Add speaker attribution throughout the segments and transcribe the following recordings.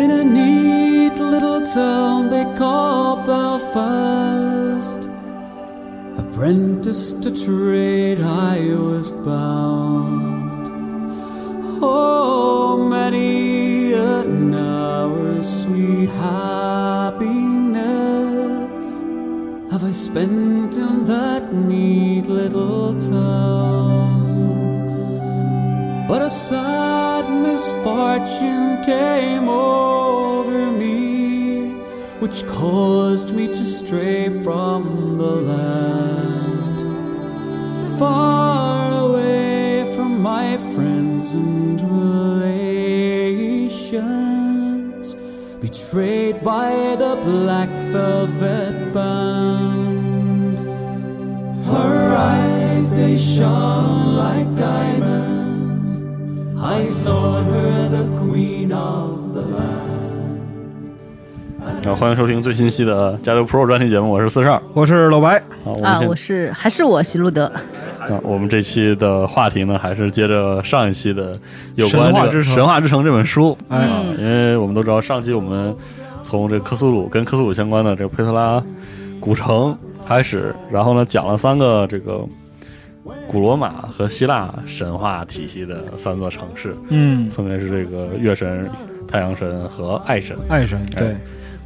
Speaker 1: In a neat little town they call Belfast, apprentice to trade I was bound. Oh, many an hour, sweet happiness have I spent in that neat little town. But a sad misfortune came over me, which caused me to stray from the land. Far away from my friends and relations, betrayed by the black velvet band. Her eyes, they shone like diamonds. I thought her the queen of the land.
Speaker 2: 然后欢迎收听最新期的《加州 Pro》专题节目，我是四十二啊。
Speaker 3: 我是老白，
Speaker 2: 我们
Speaker 4: 啊，
Speaker 2: 先
Speaker 4: 我是还是我席路德，
Speaker 2: 啊，我们这期的话题呢，还是接着上一期的有关
Speaker 3: 神话
Speaker 2: 这个
Speaker 3: 之城
Speaker 2: 神话之城》这本书
Speaker 3: 哎
Speaker 2: 啊，因为我们都知道上期我们从这个科苏鲁跟科苏鲁相关的这个佩特拉古城开始，然后呢讲了三个这个古罗马和希腊神话体系的三座城市，
Speaker 3: 嗯，
Speaker 2: 分别是这个月神、太阳神和爱神。
Speaker 3: 爱神，
Speaker 2: 哎
Speaker 3: 对，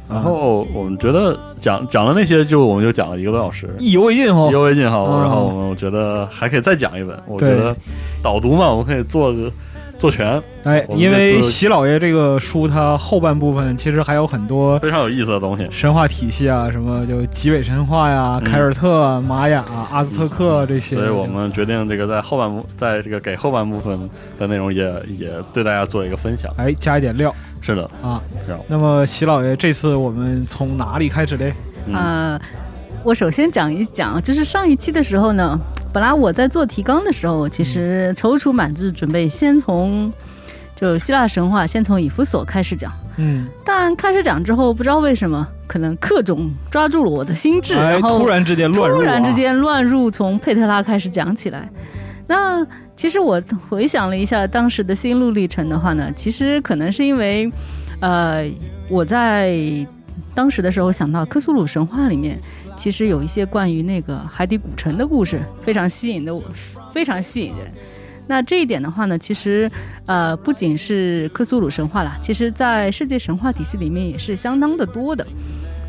Speaker 2: 然后我们觉得讲讲了那些，就我们就讲了一个多小时，
Speaker 3: 意犹未尽哦
Speaker 2: 意，犹未尽哈。
Speaker 3: 嗯
Speaker 2: 然后我们我觉得还可以再讲一本，我觉
Speaker 3: 对
Speaker 2: 得导读嘛，我们可以做个做全，
Speaker 3: 哎，
Speaker 2: 我们
Speaker 3: 因为
Speaker 2: 这次
Speaker 3: 席老爷这个书，它后半部分其实还有很多
Speaker 2: 非常有意思的东西。
Speaker 3: 神话体系啊，什么就极北神话呀、
Speaker 2: 嗯
Speaker 3: 凯尔特啊、玛雅啊、阿兹特克啊这些，
Speaker 2: 所以我们决定这个在后半部，在这个给后半部分的内容也也对大家做一个分享。
Speaker 3: 哎加一点料
Speaker 2: 是的，
Speaker 3: 啊
Speaker 2: 然后。
Speaker 3: 那么席老爷这次我们从哪里开始嘞？
Speaker 2: 嗯
Speaker 4: 呃，我首先讲一讲，就是上一期的时候呢，本来我在做提纲的时候，
Speaker 3: 嗯
Speaker 4: 其实踌躇满志，准备先从就希腊神话，先从以弗所开始讲。
Speaker 3: 嗯，
Speaker 4: 但开始讲之后，不知道为什么，可能克种抓住了我的心智，
Speaker 3: 哎，
Speaker 4: 然后
Speaker 3: 突然之间乱入、啊，
Speaker 4: 突然之，间乱入，从佩特拉开始讲起来。那其实我回想了一下当时的心路历程的话呢，其实可能是因为，呃，我在当时的时候想到科苏鲁神话里面，其实有一些关于那个海底古城的故事，非常吸引的我，非常吸引人。那这一点的话呢，其实呃不仅是科苏鲁神话啦，其实在世界神话体系里面也是相当的多的。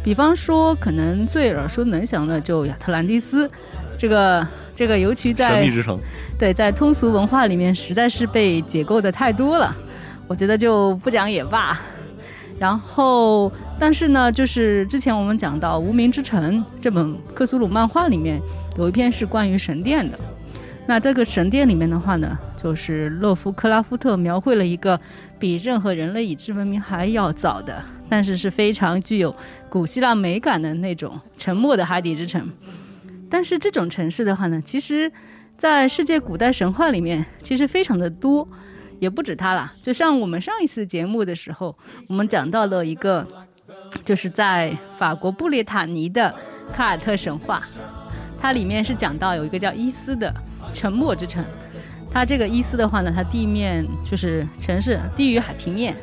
Speaker 4: 比方说，可能最耳熟能详的就亚特兰蒂斯，这个这个，尤其
Speaker 2: 神
Speaker 4: 在
Speaker 2: 秘之城，
Speaker 4: 对，在通俗文化里面实在是被解构的太多了，我觉得就不讲也罢。然后，但是呢，就是之前我们讲到《无名之城》这本克苏鲁漫画里面有一篇是关于神殿的。那这个神殿里面的话呢，就是洛夫克拉夫特描绘了一个比任何人类已知文明还要早的，但是是非常具有古希腊美感的那种沉默的海底之城。但是这种城市的话呢，其实在世界古代神话里面，其实非常的多，也不止它啦。就像我们上一次节目的时候，我们讲到了一个，就是在法国布列塔尼的卡尔特神话，它里面是讲到有一个叫伊斯的沉默之城。它这个伊斯的话呢，它地面就是城市低于海平面，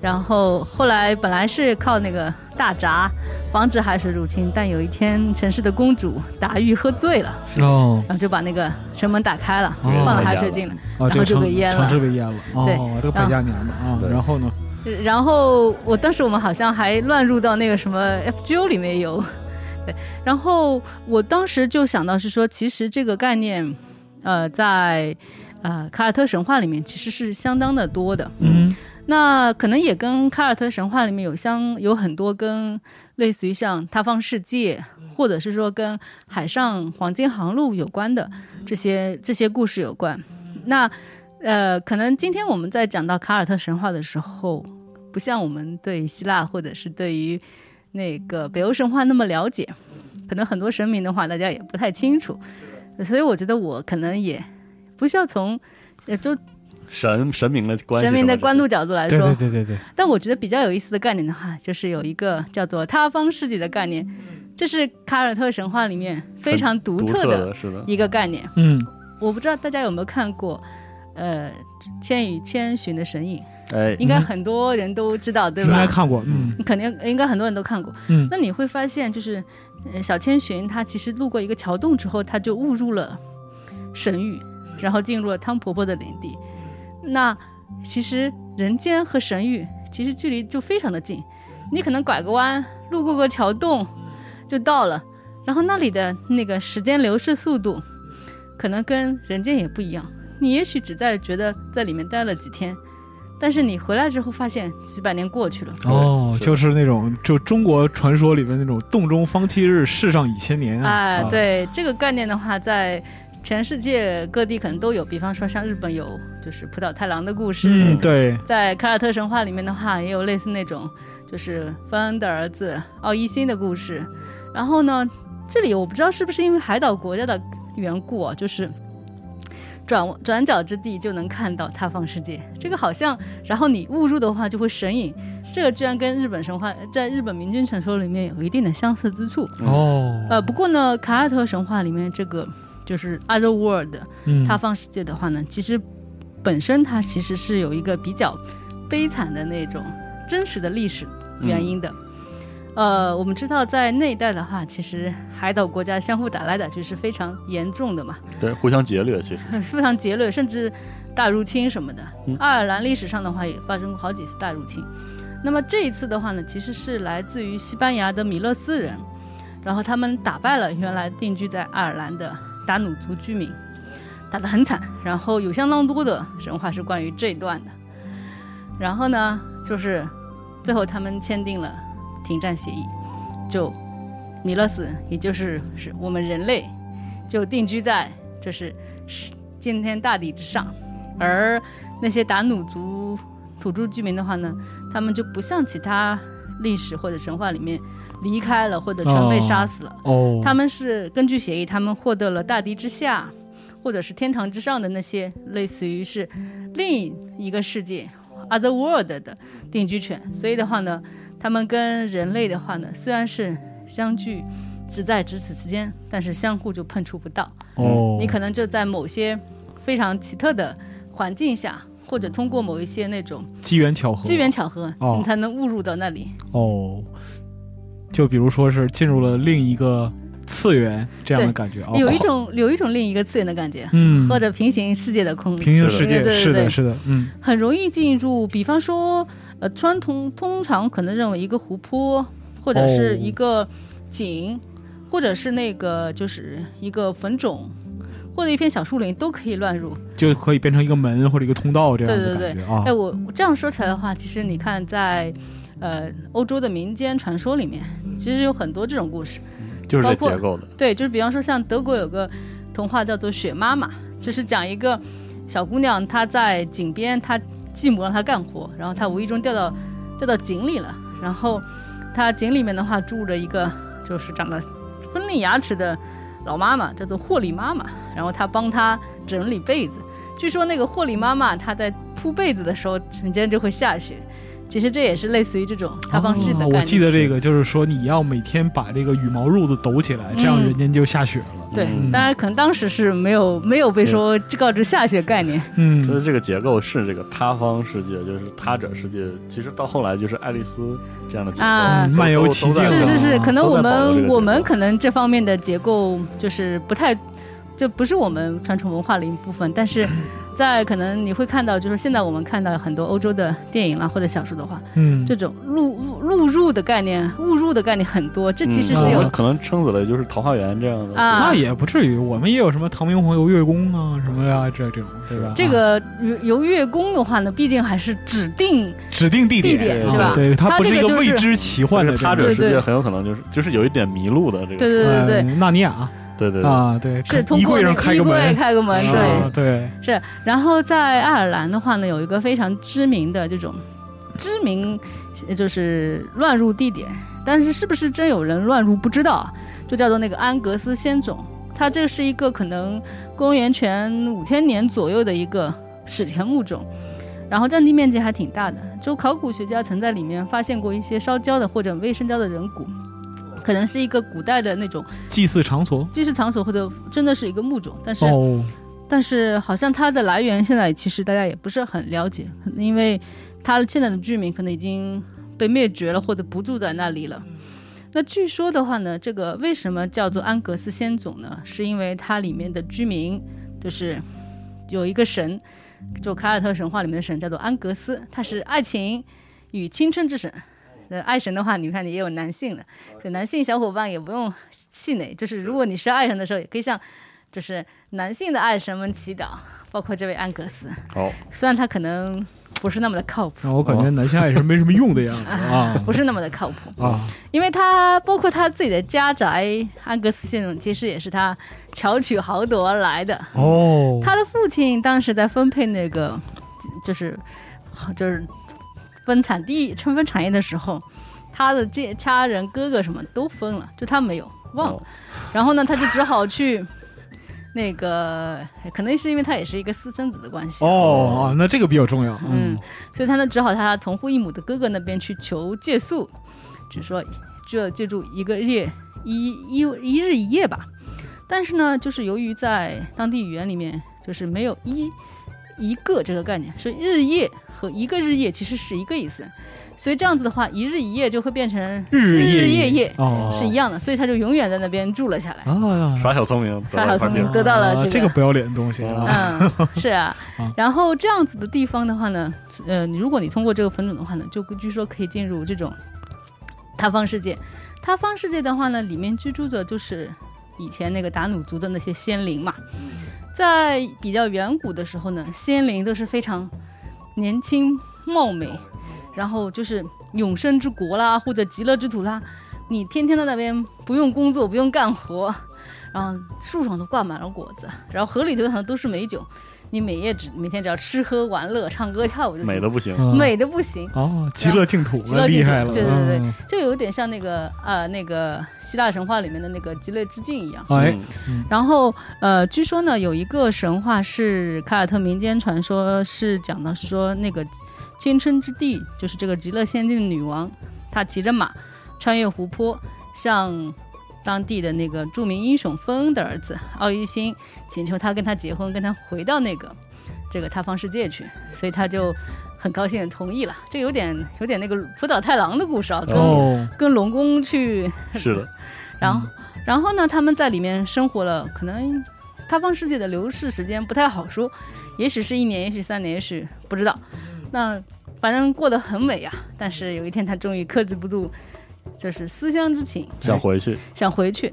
Speaker 4: 然后后来本来是靠那个大闸防止海水入侵，但有一天城市的公主达玉喝醉了，
Speaker 3: 哦，
Speaker 4: 然后就把那个城门打开了，
Speaker 3: 哦
Speaker 4: 放了海水进来，
Speaker 3: 啊，
Speaker 4: 然
Speaker 3: 这
Speaker 4: 后
Speaker 3: 个
Speaker 4: 就
Speaker 3: 城
Speaker 4: 给淹
Speaker 3: 城
Speaker 4: 了
Speaker 3: 市。被淹了，哦，
Speaker 4: 对
Speaker 3: 这个败
Speaker 4: 然后
Speaker 3: 家娘们啊，
Speaker 2: 对
Speaker 3: 然后呢，
Speaker 4: 然后我当时我们好像还乱入到那个什么 FGO 里面有，对，然后我当时就想到是说，其实这个概念，呃，在呃凯尔特神话里面其实是相当的多的，
Speaker 3: 嗯，
Speaker 4: 那可能也跟凯尔特神话里面有相有很多跟类似于像塌方世界，或者是说跟海上黄金航路有关的这些这些故事有关。那呃，可能今天我们在讲到凯尔特神话的时候，不像我们对希腊或者是对于那个北欧神话那么了解，可能很多神明的话大家也不太清楚，所以我觉得我可能也不需要从呃就
Speaker 2: 神神明的关系，
Speaker 4: 神明的关注，角度来
Speaker 3: 对
Speaker 4: 说，
Speaker 3: 对对对对，
Speaker 4: 但我觉得比较有意思的概念的话，就是有一个叫做塌方世界的概念，这是凯尔特神话里面非常独
Speaker 2: 独
Speaker 4: 特的
Speaker 2: 的，是的，
Speaker 4: 一个概念。
Speaker 3: 嗯，
Speaker 4: 我不知道大家有没有看过，呃，《千与千寻》的神隐，
Speaker 2: 哎，
Speaker 4: 应该很多人都知道，对
Speaker 3: 应该
Speaker 4: 吧？
Speaker 3: 看过，嗯
Speaker 4: 肯定应该很多人都看过。
Speaker 3: 嗯，
Speaker 4: 那你会发现，就是呃，小千寻他其实路过一个桥洞之后，他就误入了神域，然后进入了汤婆婆的领地。那其实人间和神域其实距离就非常的近，你可能拐个弯，路过个桥洞就到了，然后那里的那个时间流逝速度，可能跟人间也不一样。你也许只在觉得在里面待了几天，但是你回来之后发现几百年过去了。
Speaker 3: 哦，
Speaker 2: 是的
Speaker 3: 就是那种就中国传说里面那种洞中方七日，世上已千年啊，
Speaker 4: 哎
Speaker 3: 啊，，
Speaker 4: 对这个概念的话，在全世界各地可能都有，比方说像日本有就是浦岛太郎的故事，
Speaker 3: 嗯，对，
Speaker 4: 在凯尔特神话里面的话，也有类似那种就是芬恩的儿子奥伊辛的故事。然后呢，这里我不知道是不是因为海岛国家的缘故、啊，就是。转转角之地就能看到塌方世界，这个好像，然后你误入的话就会神隐，这个居然跟日本神话在日本民间传说里面有一定的相似之处。
Speaker 3: 哦，
Speaker 4: 呃，不过呢，凯尔特神话里面这个就是 other world
Speaker 3: 嗯，
Speaker 4: 塌方世界的话呢，其实本身它其实是有一个比较悲惨的那种真实的历史原因的。
Speaker 3: 嗯
Speaker 4: 呃，我们知道在那一代的话，其实海岛国家相互打来打去是非常严重的嘛，
Speaker 2: 对，互相劫掠，其实
Speaker 4: 非常劫掠，甚至大入侵什么的。
Speaker 2: 嗯
Speaker 4: 爱尔兰历史上的话也发生过好几次大入侵。那么这一次的话呢，其实是来自于西班牙的米勒斯人，然后他们打败了原来定居在爱尔兰的达努族居民，打得很惨。然后有相当多的神话是关于这一段的。然后呢，就是最后他们签订了停战协议，就米勒斯，也就是是我们人类，就定居在就是是今天大地之上，而那些达努族土著居民的话呢，他们就不像其他历史或者神话里面离开了或者全被杀死了，
Speaker 3: 哦，
Speaker 4: 他们是根据协议，他们获得了大地之下，或者是天堂之上的那些类似于是另一个世界 （other world） 的定居权。所以的话呢，他们跟人类的话呢，虽然是相距只在咫尺之间，但是相互就碰触不到。
Speaker 3: 哦，
Speaker 4: 你可能就在某些非常奇特的环境下，或者通过某一些那种
Speaker 3: 机缘巧合，
Speaker 4: 机缘巧合，
Speaker 3: 哦
Speaker 4: 你才能误入到那里。
Speaker 3: 哦，就比如说是进入了另一个次元这样的
Speaker 4: 对
Speaker 3: 感觉，哦
Speaker 4: 有一种有一种另一个次元的感觉，
Speaker 3: 嗯，
Speaker 4: 或者平行世界的空
Speaker 3: 平行世
Speaker 4: 对
Speaker 3: 界
Speaker 4: 对对
Speaker 3: 是的，
Speaker 4: 对
Speaker 3: 是的，嗯，
Speaker 4: 很容易进入，比方说，呃，传统通常可能认为一个湖泊或者是一个井，或者是那个就是一个坟冢，或者一片小树林都可以乱入。
Speaker 3: 就可以变成一个门或者一个通道这样的
Speaker 4: 对对
Speaker 3: 感
Speaker 4: 对
Speaker 3: 觉啊
Speaker 4: 哎，，我我这样说起来的话，其实你看在。呃，欧洲的民间传说里面，其实有很多这种故事。
Speaker 2: 就是这
Speaker 4: 包括
Speaker 2: 结构的，
Speaker 4: 对，就是比方说像德国有个童话叫做《雪妈妈》，就是讲一个小姑娘她在井边，她继母让她干活，然后她无意中掉到掉到井里了，然后她井里面的话住着一个就是长着分裂牙齿的老妈妈，叫做霍利妈妈，然后她帮她整理被子。据说那个霍利妈妈她在铺被子的时候，人间就会下雪。其实这也是类似于这种塌方式的概
Speaker 3: 哦
Speaker 4: 念。
Speaker 3: 我记得这个就是说，你要每天把这个羽毛褥子抖起来，这样
Speaker 4: 嗯
Speaker 3: 人间就下雪了。
Speaker 4: 对
Speaker 2: 嗯，
Speaker 4: 当然可能当时是没有没有被说告知下雪概念。
Speaker 2: 所以
Speaker 3: 嗯，
Speaker 2: 这个结构是这个塌方世界，就是他者世界。其实到后来就是爱丽丝这样的结构，
Speaker 4: 啊
Speaker 2: 都
Speaker 3: 嗯漫游奇境
Speaker 2: 都在
Speaker 3: 这
Speaker 4: 是
Speaker 3: 样
Speaker 4: 是
Speaker 3: 的
Speaker 4: 是，
Speaker 3: 啊
Speaker 4: 可能
Speaker 2: 都
Speaker 4: 我
Speaker 2: 在保留这个
Speaker 4: 们
Speaker 2: 结
Speaker 4: 我们
Speaker 2: 构
Speaker 4: 可能这方面的结构就是不太，就不是我们传统文化的一部分，但是在可能你会看到，就是现在我们看到很多欧洲的电影啦或者小说的话，
Speaker 3: 嗯，
Speaker 4: 这种录录入的概念、误入的概念很多，这其实是
Speaker 3: 嗯
Speaker 4: 有
Speaker 3: 啊
Speaker 2: 可能撑死了就是桃花源这样的
Speaker 4: 啊
Speaker 3: 那也不至于，我们也有什么唐明皇游月宫啊什么呀，这这种对吧？
Speaker 4: 这个游游月宫的话呢，毕竟还是指定
Speaker 3: 指定地
Speaker 4: 地
Speaker 3: 点
Speaker 4: 点
Speaker 3: 啊
Speaker 2: 对吧
Speaker 3: 对，它
Speaker 4: 它
Speaker 3: 不
Speaker 4: 这
Speaker 3: 是一
Speaker 4: 个
Speaker 3: 个
Speaker 4: 就
Speaker 3: 未
Speaker 4: 是
Speaker 3: 知奇幻
Speaker 2: 但
Speaker 3: 的
Speaker 2: 是他
Speaker 3: 这种
Speaker 2: 者世界
Speaker 4: 对
Speaker 2: 很有可能就是就是有一点迷路的这个，
Speaker 4: 对对对对
Speaker 3: 呃纳尼亚
Speaker 2: 对对对，
Speaker 3: 啊，对，
Speaker 4: 是通
Speaker 3: 衣
Speaker 4: 过
Speaker 3: 柜
Speaker 4: 那
Speaker 3: 上开个门
Speaker 4: 衣柜，开个门，
Speaker 2: 啊
Speaker 4: 对。
Speaker 3: 啊对，
Speaker 4: 是，然后在爱尔兰的话呢，有一个非常知名的这种知名，呃就是乱入地点，但是是不是真有人乱入不知道，就叫做那个安格斯仙种，它这是一个可能公元前五千年左右的一个史前物种，然后占地面积还挺大的，就考古学家曾在里面发现过一些烧焦的或者未生焦的人骨。可能是一个古代的那种
Speaker 3: 祭祀场所
Speaker 4: 祭祀场所，或者真的是一个墓种，但是
Speaker 3: 哦，
Speaker 4: 但是好像它的来源现在其实大家也不是很了解，可能因为它现在的居民可能已经被灭绝了，或者不住在那里了。那据说的话呢，这个为什么叫做安格斯仙种呢？是因为它里面的居民就是有一个神，就凯尔特神话里面的神叫做安格斯，他是爱情与青春之神。呃，爱神的话，你看也有男性的，所以男性小伙伴也不用气馁，就是如果你是爱神的时候，也可以向就是男性的爱神们祈祷，包括这位安格斯。
Speaker 2: 好，
Speaker 4: 虽然他可能不是那么的靠谱，
Speaker 3: 让我感觉男性爱神没什么用的样子啊
Speaker 4: 不是那么的靠谱，
Speaker 3: 啊，
Speaker 4: 因为他包括他自己的家宅安格斯先生，其实也是他巧取豪夺而来的。
Speaker 3: 哦，
Speaker 4: 他的父亲当时在分配那个，就是就是分产地、成分产业的时候，他的家家人、哥哥什么都分了，就他没有忘了。
Speaker 2: 哦
Speaker 4: 然后呢，他就只好去那个，可能是因为他也是一个私生子的关系，
Speaker 3: 哦啊，那这个比较重要，
Speaker 4: 嗯，所以他呢只好他同父异母的哥哥那边去求借宿，只说这借住一个夜一一一日一夜吧。但是呢，就是由于在当地语言里面，就是没有一一个这个概念，所以日夜和一个日夜其实是一个意思，所以这样子的话，一日一夜就会变成
Speaker 3: 日
Speaker 4: 日
Speaker 3: 夜
Speaker 4: 夜夜
Speaker 3: 哦
Speaker 4: 是一样的，所以他就永远在那边住了下来。
Speaker 3: 啊，
Speaker 2: 耍小聪明，
Speaker 4: 耍小聪明
Speaker 2: 得到一块地儿
Speaker 4: 得
Speaker 3: 啊
Speaker 4: 到了这个
Speaker 3: 这个不要脸的东西啊，
Speaker 4: 嗯，是啊
Speaker 3: 啊。
Speaker 4: 然后这样子的地方的话呢，呃，你如果你通过这个坟冢的话呢，就据说可以进入这种塌方世界。塌方世界的话呢，里面居住的就是以前那个达努族的那些仙灵嘛。
Speaker 3: 嗯
Speaker 4: 在比较远古的时候呢，仙灵都是非常年轻貌美，然后就是永生之国啦，或者极乐之土啦。你天天在那边不用工作，不用干活，然后树上都挂满了果子，然后河里头好像都是美酒，你每夜只每天只要吃喝玩乐、唱歌跳舞就行
Speaker 2: 美的不行，
Speaker 3: 嗯
Speaker 4: 美的不行，
Speaker 3: 哦，极乐净土
Speaker 4: 极乐净
Speaker 3: 厉
Speaker 4: 土
Speaker 3: 害了，
Speaker 4: 对对对
Speaker 3: 嗯，
Speaker 4: 就有点像那个呃那个希腊神话里面的那个极乐之境一样。
Speaker 3: 哎
Speaker 2: 嗯，
Speaker 4: 然后呃，据说呢有一个神话是凯尔特民间传说，是讲的是说那个青春之地，就是这个极乐仙境的女王，她骑着马穿越湖泊，向当地的那个著名英雄芬恩的儿子奥伊辛请求他跟他结婚，跟他回到那个这个塌方世界去，所以他就很高兴地同意了。这有点有点那个浦岛太郎的故事啊，跟、
Speaker 3: 哦，
Speaker 4: 跟龙宫去
Speaker 2: 是的，
Speaker 3: 哎
Speaker 4: 然后，然后呢，他们在里面生活了，可能塌方世界的流逝时间不太好说，也许是一年，也许三年，也许不知道。那反正过得很美呀、但是有一天，她终于克制不住，就是思乡之情，
Speaker 2: 想回去，
Speaker 4: 想回去。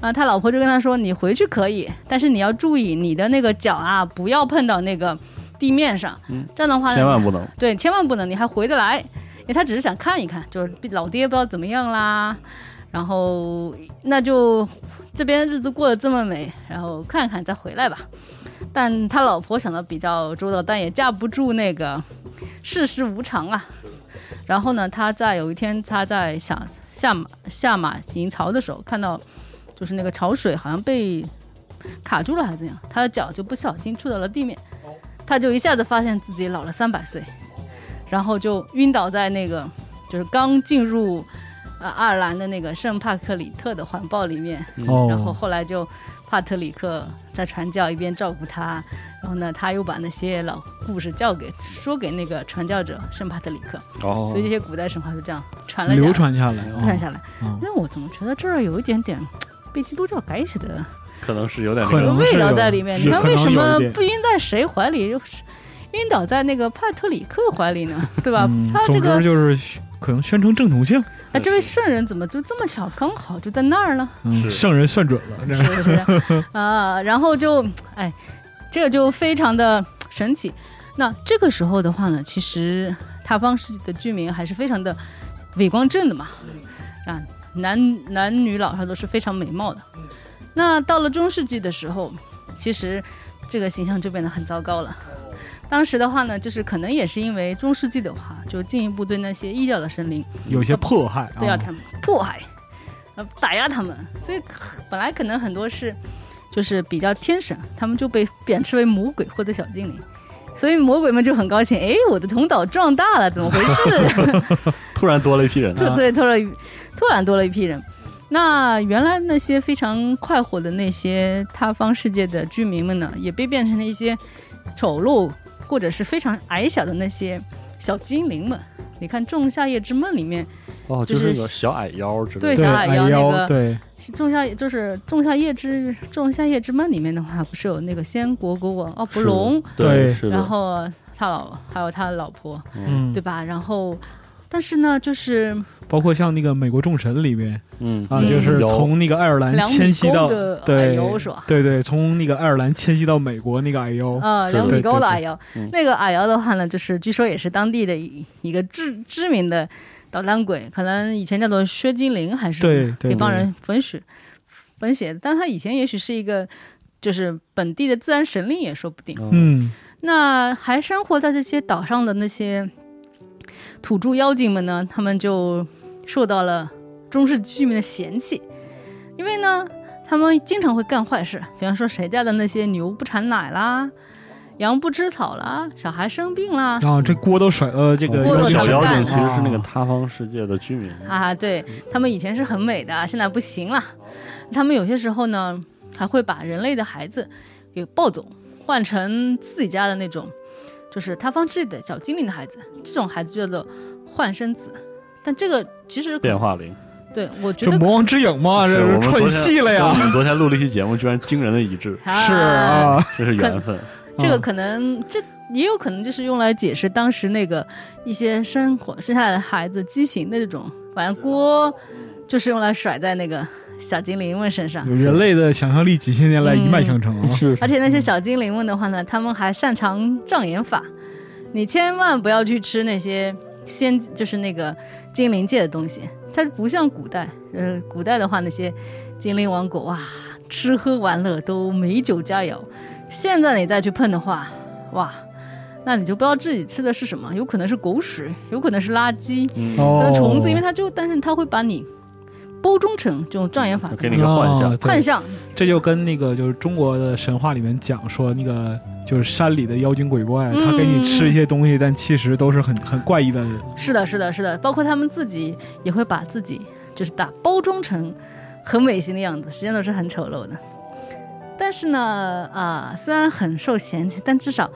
Speaker 4: 啊，他老婆就跟他说：“你回去可以，但是你要注意你的那个脚啊，不要碰到那个地面上。这样的话呢，
Speaker 2: 千万不能
Speaker 4: 对，千万不能，你还回得来。因为他只是想看一看，就是老爹不知道怎么样啦，然后那就这边日子过得这么美，然后看看再回来吧。但他老婆想的比较周到，但也架不住那个世事无常啊。然后呢，他在有一天他在想下马下马行槽的时候，看到就是那个潮水好像被卡住了还是怎样，他的脚就不小心触到了地面，他就一下子发现自己老了三百岁。然后就晕倒在那个就是刚进入呃爱尔兰的那个圣帕克里特的环抱里面，
Speaker 3: 哦，
Speaker 4: 嗯然后后来就帕特里克在传教一边照顾他，然后呢他又把那些老故事教给说给那个传教者圣帕特里克，
Speaker 2: 哦
Speaker 4: 所以这些古代神话就这样传了下来
Speaker 3: 流传下来，
Speaker 4: 流传
Speaker 3: 哦
Speaker 4: 下来。
Speaker 3: 哦
Speaker 4: 那我怎么觉得这儿有一点点被基督教改写的
Speaker 2: 可能是有点那
Speaker 3: 可
Speaker 2: 个
Speaker 3: 能
Speaker 4: 味
Speaker 3: 是
Speaker 4: 道
Speaker 3: 有
Speaker 4: 在里面？
Speaker 3: 是
Speaker 4: 你看
Speaker 3: 可
Speaker 4: 为
Speaker 3: 能有
Speaker 4: 什
Speaker 3: 一
Speaker 4: 么
Speaker 3: 点
Speaker 4: 不晕在谁怀里， 就是晕倒在那个帕特里克怀里呢？对吧？
Speaker 3: 嗯
Speaker 4: 啊他这
Speaker 3: 总
Speaker 4: 个
Speaker 3: 之就是宣可能宣称正统性，
Speaker 4: 啊，这位圣人怎么就这么巧，刚好就在那儿了？
Speaker 3: 嗯，
Speaker 2: 是
Speaker 3: 圣人算准了，这
Speaker 4: 是不是？啊，然后就，哎，这个就非常的神奇。那这个时候的话呢，其实塔邦市的居民还是非常的伟光正的嘛，啊，男男女老少都是非常美貌的。那到了中世纪的时候，其实这个形象就变得很糟糕了。当时的话呢，就是可能也是因为中世纪的话，就进一步对那些异教的神灵
Speaker 3: 有些迫害啊，
Speaker 4: 对啊，他们迫害，呃，打压他们，所以可本来可能很多是就是比较天神，他们就被贬斥为魔鬼或者小精灵，所以魔鬼们就很高兴，哎，我的同岛壮大了，怎么回 事？
Speaker 2: 突然多了一批人
Speaker 4: 对
Speaker 2: 啊，
Speaker 4: 对，突然突然多了一批人。那原来那些非常快活的那些他方世界的居民们呢，也被变成了一些丑陋或者是非常矮小的那些小精灵们。你看《仲夏夜之梦》里面，
Speaker 2: 哦，
Speaker 4: 就是
Speaker 2: 是那个小矮腰之类
Speaker 3: 对
Speaker 2: 的，
Speaker 4: 小矮
Speaker 3: 矮
Speaker 4: 腰那
Speaker 3: 腰
Speaker 4: 个
Speaker 3: 对，
Speaker 4: 仲夏就是《仲夏夜之仲夏夜之梦》里面的话，不是有那个先国国王奥伯龙，
Speaker 3: 对
Speaker 2: 是的，
Speaker 4: 然后他老还有他老婆，
Speaker 3: 嗯
Speaker 4: 对，吧？然后，但是呢，就是
Speaker 3: 包括像那个《美国众神》里面
Speaker 2: 嗯
Speaker 3: 啊，
Speaker 4: 嗯
Speaker 3: 就是
Speaker 2: 有
Speaker 3: 从那个爱尔兰
Speaker 4: 两
Speaker 3: 迁
Speaker 4: 米
Speaker 3: 徙到
Speaker 4: 高的矮
Speaker 3: 对
Speaker 4: 腰是吧？
Speaker 3: 对对，从那个爱尔兰迁徙到美国那个矮腰，
Speaker 4: 呃，
Speaker 2: 是的
Speaker 4: 两米
Speaker 3: 哦对对
Speaker 4: 高的
Speaker 3: 对
Speaker 4: 矮腰
Speaker 2: 嗯，
Speaker 4: 那个矮腰的话呢，就是据说也是当地的一一个知知名的捣蛋鬼，可能以前叫做薛精灵，还是
Speaker 3: 对对
Speaker 4: 可以帮
Speaker 3: 对
Speaker 4: 人粉血粉血，但他以前也许是一个就是本地的自然神灵也说不定。
Speaker 3: 嗯，
Speaker 4: 那还生活在这些岛上的那些土著妖精们呢，他们就受到了中世纪居民的嫌弃，因为呢，他们经常会干坏事，比方说谁家的那些牛不产奶啦，羊不吃草啦，小孩生病啦。
Speaker 3: 然后这锅都甩到这个
Speaker 4: 锅
Speaker 2: 那
Speaker 4: 都
Speaker 2: 个
Speaker 4: 甩
Speaker 2: 小
Speaker 4: 到
Speaker 2: 妖
Speaker 4: 干
Speaker 2: 精其实是那个
Speaker 3: 啊
Speaker 2: 塌方世界的居民，
Speaker 4: 啊，对他们以前是很美的，现在不行了。他们有些时候呢，还会把人类的孩子给抱走，换成自己家的那种，就是他方志的小精灵的孩子。这种孩子叫做幻生子，但这个其实
Speaker 2: 变化灵。
Speaker 4: 对我觉
Speaker 3: 这
Speaker 4: 得
Speaker 3: 魔王之影嘛，
Speaker 2: 啊是
Speaker 3: 这
Speaker 2: 我们昨
Speaker 3: 串
Speaker 2: 天
Speaker 3: 戏了呀
Speaker 2: 我，们昨天录了一期节目，居然惊人的一致，
Speaker 3: 是，啊，
Speaker 2: 这是缘分。
Speaker 4: 这个可能这也有可能就是用来解释当时那个一些生活生下来的孩子畸形的这种，反正锅就是用来甩在那个小精灵们身上。
Speaker 3: 人类的想象力几千年来一脉相承啊，
Speaker 2: 是
Speaker 4: 而且那些小精灵们的话呢，他们还擅长障眼法，你千万不要去吃那些仙，就是那个精灵界的东西，它不像古代，呃，古代的话那些精灵王国哇，吃喝玩乐都美酒佳肴，现在你再去碰的话，哇，那你就不知道自己吃的是什么，有可能是狗屎，有可能是垃圾，
Speaker 2: 嗯，
Speaker 4: 可
Speaker 3: 哦
Speaker 4: 能，虫子，因为它就，但是它会把你包装成这种障眼法
Speaker 2: 哦就给你一个幻
Speaker 3: 啊
Speaker 2: 想，
Speaker 3: 对
Speaker 4: 幻象，
Speaker 3: 这就跟那个就是中国的神话里面讲说，那个就是山里的妖精鬼怪，
Speaker 4: 嗯
Speaker 3: 他给你吃一些东西，但其实都是很很怪异的。
Speaker 4: 是的，是的，是的，包括他们自己也会把自己就是打包装成很美型的样子，实际上都是很丑陋的。但是呢，啊、虽然很受嫌弃，但至少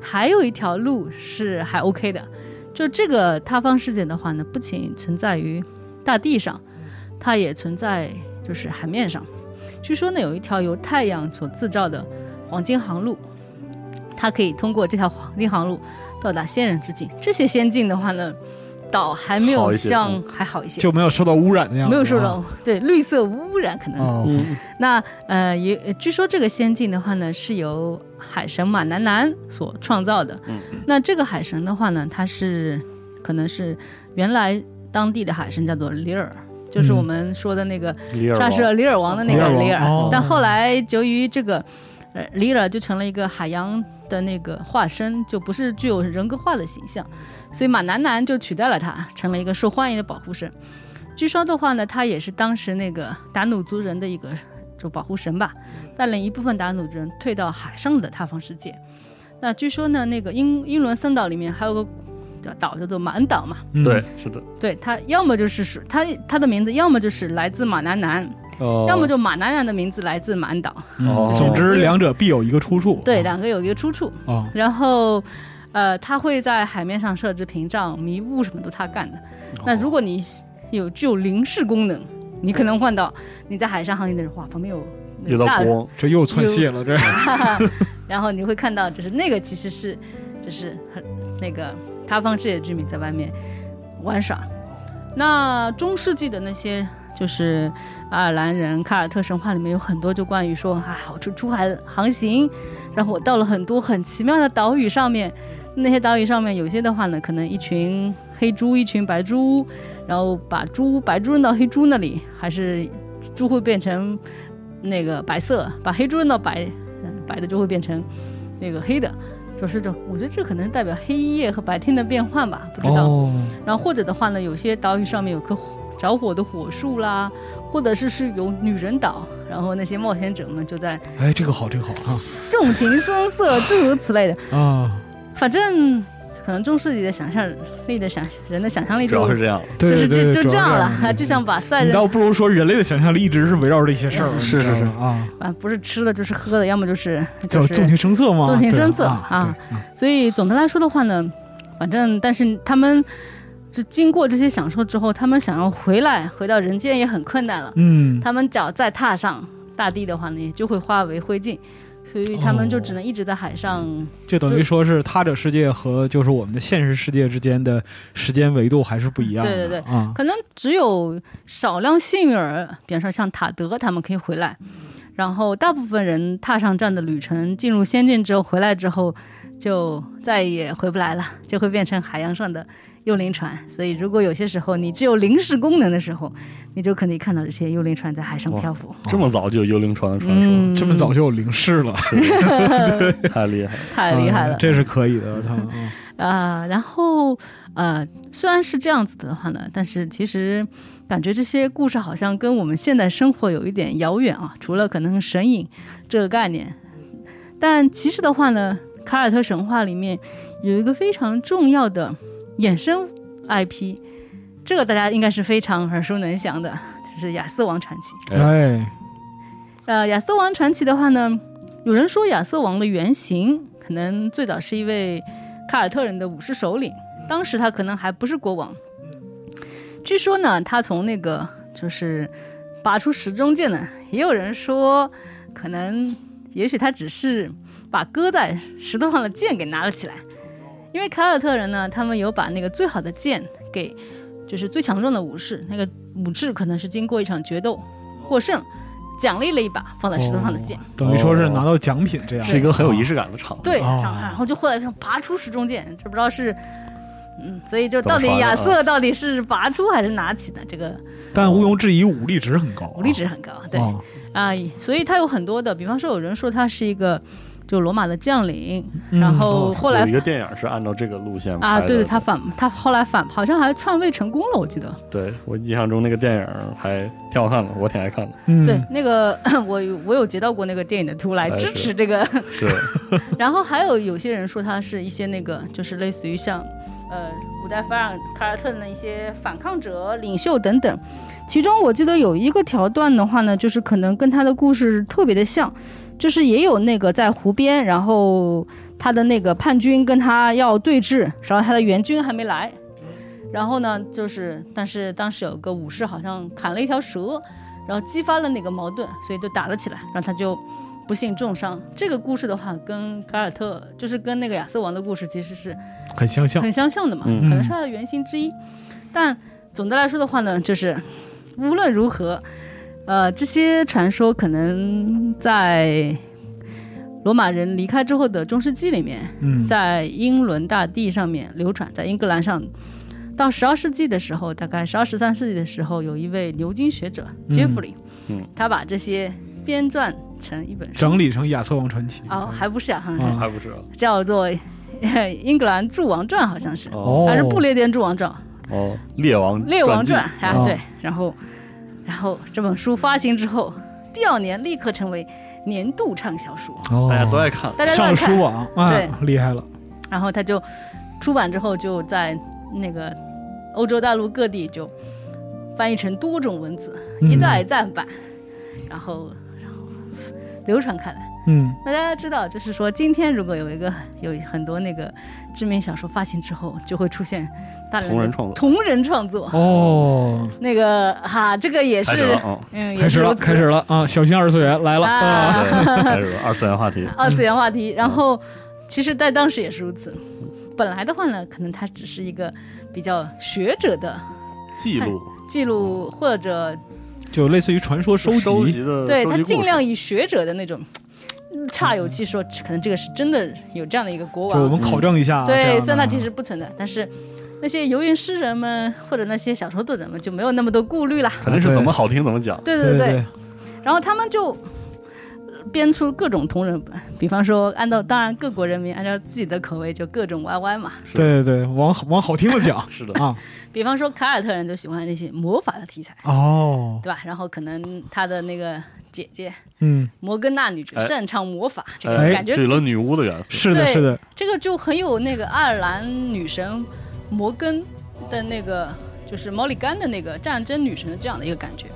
Speaker 4: 还有一条路是还 OK 的。就这个塌方事件的话呢，不仅存在于大地上，它也存在就是海面上。据说呢，有一条由太阳所制造的黄金航路，它可以通过这条黄金航路到达仙人之境。这些仙境的话呢，岛还没有
Speaker 2: 好一些嗯
Speaker 4: 像还好一些，
Speaker 3: 就没有受到污染的样子，啊
Speaker 4: 没有受到对绿色污染可
Speaker 2: 嗯
Speaker 4: 能。
Speaker 3: 哦，
Speaker 4: 那呃，也呃据说这个仙境的话呢，是由海神马南南所创造的。
Speaker 2: 嗯，
Speaker 4: 那这个海神的话呢，他是可能是原来当地的海神叫做里尔，就是
Speaker 3: 嗯
Speaker 4: 我们说的那个
Speaker 2: 里尔
Speaker 4: 莎士里尔王的那
Speaker 3: 里
Speaker 4: 个
Speaker 3: 尔王
Speaker 4: 里尔，
Speaker 3: 哦
Speaker 4: 但后来由于这个呃里尔就成了一个海洋的那个化身，就不是具有人格化的形象，所以马南南就取代了他，成了一个受欢迎的保护神。据说的话呢，他也是当时那个达努族人的一个就保护神吧，带领一部分达努族人退到海上的塌方世界。那据说呢，那个英英伦三岛里面还有个叫岛叫做马恩岛嘛，
Speaker 3: 嗯
Speaker 2: 对，是的，
Speaker 4: 对它要么就是是它它的名字，要么就是来自马南南，
Speaker 2: 哦，
Speaker 4: 要么就马南南的名字来自马恩岛，
Speaker 3: 嗯
Speaker 2: 哦
Speaker 3: 总之两者必有一个出处。啊
Speaker 4: 对，两个有一个出处。
Speaker 3: 哦，
Speaker 4: 然后，呃，他会在海面上设置屏障、迷雾什么都他干的。那如果你有具有凝视功能，你可能换到你在海上航行的时候，哇，旁边有那
Speaker 2: 遇
Speaker 4: 个
Speaker 2: 到
Speaker 4: 大的，
Speaker 2: 光，
Speaker 3: 这又窜戏了，这
Speaker 4: 然后你会看到，就是那个其实是，就是很那个塌方视野居民在外面玩耍。那中世纪的那些。就是爱尔兰人凯尔特神话里面有很多就关于说啊，我出出海航行，然后我到了很多很奇妙的岛屿上面，那些岛屿上面有些的话呢，可能一群黑猪，一群白猪，然后把猪白猪扔到黑猪那里，还是猪会变成那个白色，把黑猪扔到白嗯白的就会变成那个黑的，就是这，我觉得这可能代表黑夜和白天的变换吧，不知道。
Speaker 3: 哦，
Speaker 4: 然后或者的话呢，有些岛屿上面有棵火着火的火树啦，或者是是有女人岛，然后那些冒险者们就在
Speaker 3: 哎，这个好，这个好
Speaker 4: 纵情声色，诸如此类的。
Speaker 3: 啊啊，
Speaker 4: 反正可能中世纪的想象力的想人的想象力
Speaker 2: 主
Speaker 4: 就
Speaker 2: 要是这样的，
Speaker 3: 对
Speaker 4: 就是
Speaker 3: 对，
Speaker 4: 就就
Speaker 3: 主
Speaker 4: 这
Speaker 3: 要
Speaker 4: 样了，
Speaker 3: 对
Speaker 4: 啊就像把赛
Speaker 3: 你
Speaker 4: 人
Speaker 3: 倒不如说人类的想象力一直是围绕着这些事儿，
Speaker 2: 是
Speaker 3: 你知道
Speaker 2: 是
Speaker 3: 吗啊，
Speaker 4: 啊不是吃的就是喝的，要么就是就
Speaker 3: 叫
Speaker 4: 是
Speaker 3: 纵情声色嘛，
Speaker 4: 纵情
Speaker 3: 对
Speaker 4: 声色
Speaker 3: 啊
Speaker 4: 啊，
Speaker 3: 对啊
Speaker 4: 所以总的来说的话呢，反正但是他们就经过这些享受之后，他们想要回来回到人间也很困难了。
Speaker 3: 嗯，
Speaker 4: 他们脚再踏上大地的话呢，也就会化为灰烬，所以他们就
Speaker 3: 哦
Speaker 4: 只能一直在海上。
Speaker 3: 就等于说是他者世界和就是我们的现实世界之间的时间维度还是不一样的，
Speaker 4: 对对
Speaker 3: 对啊，
Speaker 4: 可能只有少量幸运儿，比方说像塔德他们可以回来，然后大部分人踏上这样的旅程，进入仙境之后回来之后，就再也回不来了，就会变成海洋上的幽灵船。所以，如果有些时候你只有临时功能的时候，你就可以看到这些幽灵船在海上漂浮。
Speaker 2: 这么早就有幽灵船的传说，
Speaker 4: 嗯，
Speaker 3: 这么早就有灵视了，
Speaker 2: 太厉害了。
Speaker 4: 太厉害
Speaker 3: 嗯。
Speaker 4: 了
Speaker 3: 这是可以的，他们
Speaker 2: 嗯
Speaker 3: 啊
Speaker 4: 呃，然后呃，虽然是这样子的话呢，但是其实感觉这些故事好像跟我们现代生活有一点遥远啊，除了可能神隐这个概念，但其实的话呢，凯尔特神话里面有一个非常重要的衍生 IP，这个大家应该是非常耳熟能详的，就是亚瑟王传奇。
Speaker 3: 哎，
Speaker 4: 呃，亚瑟王传奇的话呢，有人说亚瑟王的原型可能最早是一位凯尔特人的武士首领，当时他可能还不是国王。据说呢，他从那个就是拔出时钟剑呢，也有人说可能也许他只是把搁在石头上的剑给拿了起来，因为凯尔特人呢，他们有把那个最好的剑给就是最强壮的武士，那个武士可能是经过一场决斗获胜，奖励了一把放在石头上的剑，
Speaker 3: 等于说是拿到奖品这样，
Speaker 2: 哦是一个很有仪式感的场合，
Speaker 4: 对，
Speaker 3: 哦
Speaker 4: 上然后就后来想拔出时钟剑，这不知道是。嗯，所以就
Speaker 2: 怎么
Speaker 4: 到底
Speaker 2: 传的
Speaker 4: 亚
Speaker 2: 啊
Speaker 4: 瑟到底是拔出还是拿起的，这个
Speaker 2: 哦
Speaker 3: 但毋庸置疑，武力值很高啊，
Speaker 4: 武力值很高，对，
Speaker 3: 啊，
Speaker 4: 啊，所以他有很多的，比方说有人说他是一个就罗马的将领，
Speaker 3: 嗯
Speaker 4: 然后后来
Speaker 2: 哦有一个电影是按照这个路线
Speaker 4: 啊，
Speaker 2: 拍的
Speaker 4: 对对，他反他后来反好像还篡位成功了，我记得。
Speaker 2: 对我印象中那个电影还挺好看的，我挺爱 看的。
Speaker 3: 嗯
Speaker 4: 对，那个 我有我有截到过那个电影的图来
Speaker 2: 哎
Speaker 4: 支
Speaker 2: 是
Speaker 4: 持这个，
Speaker 2: 是
Speaker 4: 然后还有有些人说他是一些那个就是类似于像呃古代凡尔凯尔特人的一些反抗者、领袖等等。其中我记得有一个条段的话呢，就是可能跟他的故事特别的像，就是也有那个在湖边，然后他的那个叛军跟他要对峙，然后他的援军还没来，然后呢就是但是当时有个武士好像砍了一条蛇，然后激发了那个矛盾，所以就打了起来，然后他就不幸重伤。这个故事的话，跟凯尔特就是跟那个亚瑟王的故事其实是
Speaker 3: 很相像
Speaker 4: 很相像的嘛，
Speaker 2: 嗯
Speaker 4: 可能是它的原型之一。但总的来说的话呢，就是无论如何，呃，这些传说可能在罗马人离开之后的中世纪里面，
Speaker 3: 嗯
Speaker 4: 在英伦大地上面流传，在英格兰上。到十二世纪的时候，大概十二十三世纪的时候，有一位牛津学者杰弗里，
Speaker 2: 嗯
Speaker 4: 他把这些编撰成一本书。
Speaker 3: 整理成《亚瑟王传奇》
Speaker 4: 哦，还不是啊，
Speaker 3: 啊
Speaker 2: 还不是啊
Speaker 4: 叫做《英格兰诸王传》，好像是，
Speaker 2: 哦
Speaker 4: 还是不列颠诸王传？
Speaker 2: 哦，列王
Speaker 4: 列王传
Speaker 2: 记
Speaker 4: 啊，
Speaker 3: 哦
Speaker 4: 对。然后，然后这本书发行之后，第二年立刻成为年度畅销书，
Speaker 3: 哦
Speaker 2: 哎大家都爱看。
Speaker 4: 大家都
Speaker 3: 上
Speaker 4: 爱
Speaker 3: 了书
Speaker 4: 看。
Speaker 3: 网啊，厉害了，
Speaker 4: 然后他就出版之后就在那个欧洲大陆各地就翻译成多种文字，
Speaker 3: 嗯
Speaker 4: 一再再版，然后然后流传开来。
Speaker 3: 嗯
Speaker 4: 那大家知道，就是说，今天如果有一个有很多那个知名小说发行之后，就会出现大量的
Speaker 2: 同人创作
Speaker 4: 同人创作，
Speaker 3: 哦，
Speaker 4: 那个哈、这个也
Speaker 2: 开始了
Speaker 4: 是，
Speaker 2: 啊，
Speaker 4: 嗯，
Speaker 3: 开始了， 开始
Speaker 4: 了，
Speaker 3: 了啊！小心二次元来了
Speaker 4: 啊
Speaker 3: 啊！
Speaker 2: 对，开始了二次元话题，
Speaker 4: 二次元话
Speaker 2: 嗯
Speaker 4: 题。然后，其实在当时也是如此。本来的话呢，可能它只是一个比较学者的
Speaker 2: 记录
Speaker 4: 记录，
Speaker 2: 哦
Speaker 4: 或者
Speaker 3: 就类似于传说收
Speaker 2: 收
Speaker 3: 集，
Speaker 2: 集的，呃
Speaker 4: 对
Speaker 2: 收集故
Speaker 4: 他
Speaker 2: 事
Speaker 4: 尽量以学者的那种嗯煞有其说，可能这个是真的有这样的一个国
Speaker 3: 就我们
Speaker 4: 王。
Speaker 3: 考证一下。啊这样
Speaker 4: 啊对，
Speaker 3: 的
Speaker 4: 虽然它其实不存在，但是那些游吟诗人们或者那些小说作者们就没有那么多顾虑啦。
Speaker 2: 肯定是怎么好听怎么讲，
Speaker 4: 对
Speaker 3: 对
Speaker 4: 对对，
Speaker 3: 对，
Speaker 4: 然后他们就呃编出各种同人本，比方说按照当然各国人民按照自己的口味就各种 YY 嘛，
Speaker 2: 是
Speaker 3: 对对对，往往好听的讲
Speaker 2: 是的，
Speaker 3: 啊。
Speaker 4: 比方说凯尔特人就喜欢那些魔法的题材，
Speaker 3: 哦，
Speaker 4: 对吧？然后可能他的那个姐姐
Speaker 3: 嗯，
Speaker 4: 摩根娜女爵
Speaker 2: 哎
Speaker 4: 擅长魔法，这个
Speaker 3: 哎
Speaker 4: 感觉
Speaker 2: 有了女巫的元素，
Speaker 3: 是的，
Speaker 4: 对
Speaker 3: 是的，
Speaker 4: 这个就很有那个爱尔兰女神摩根的那个，就是毛里甘的那个战争女神的这样的一个感觉。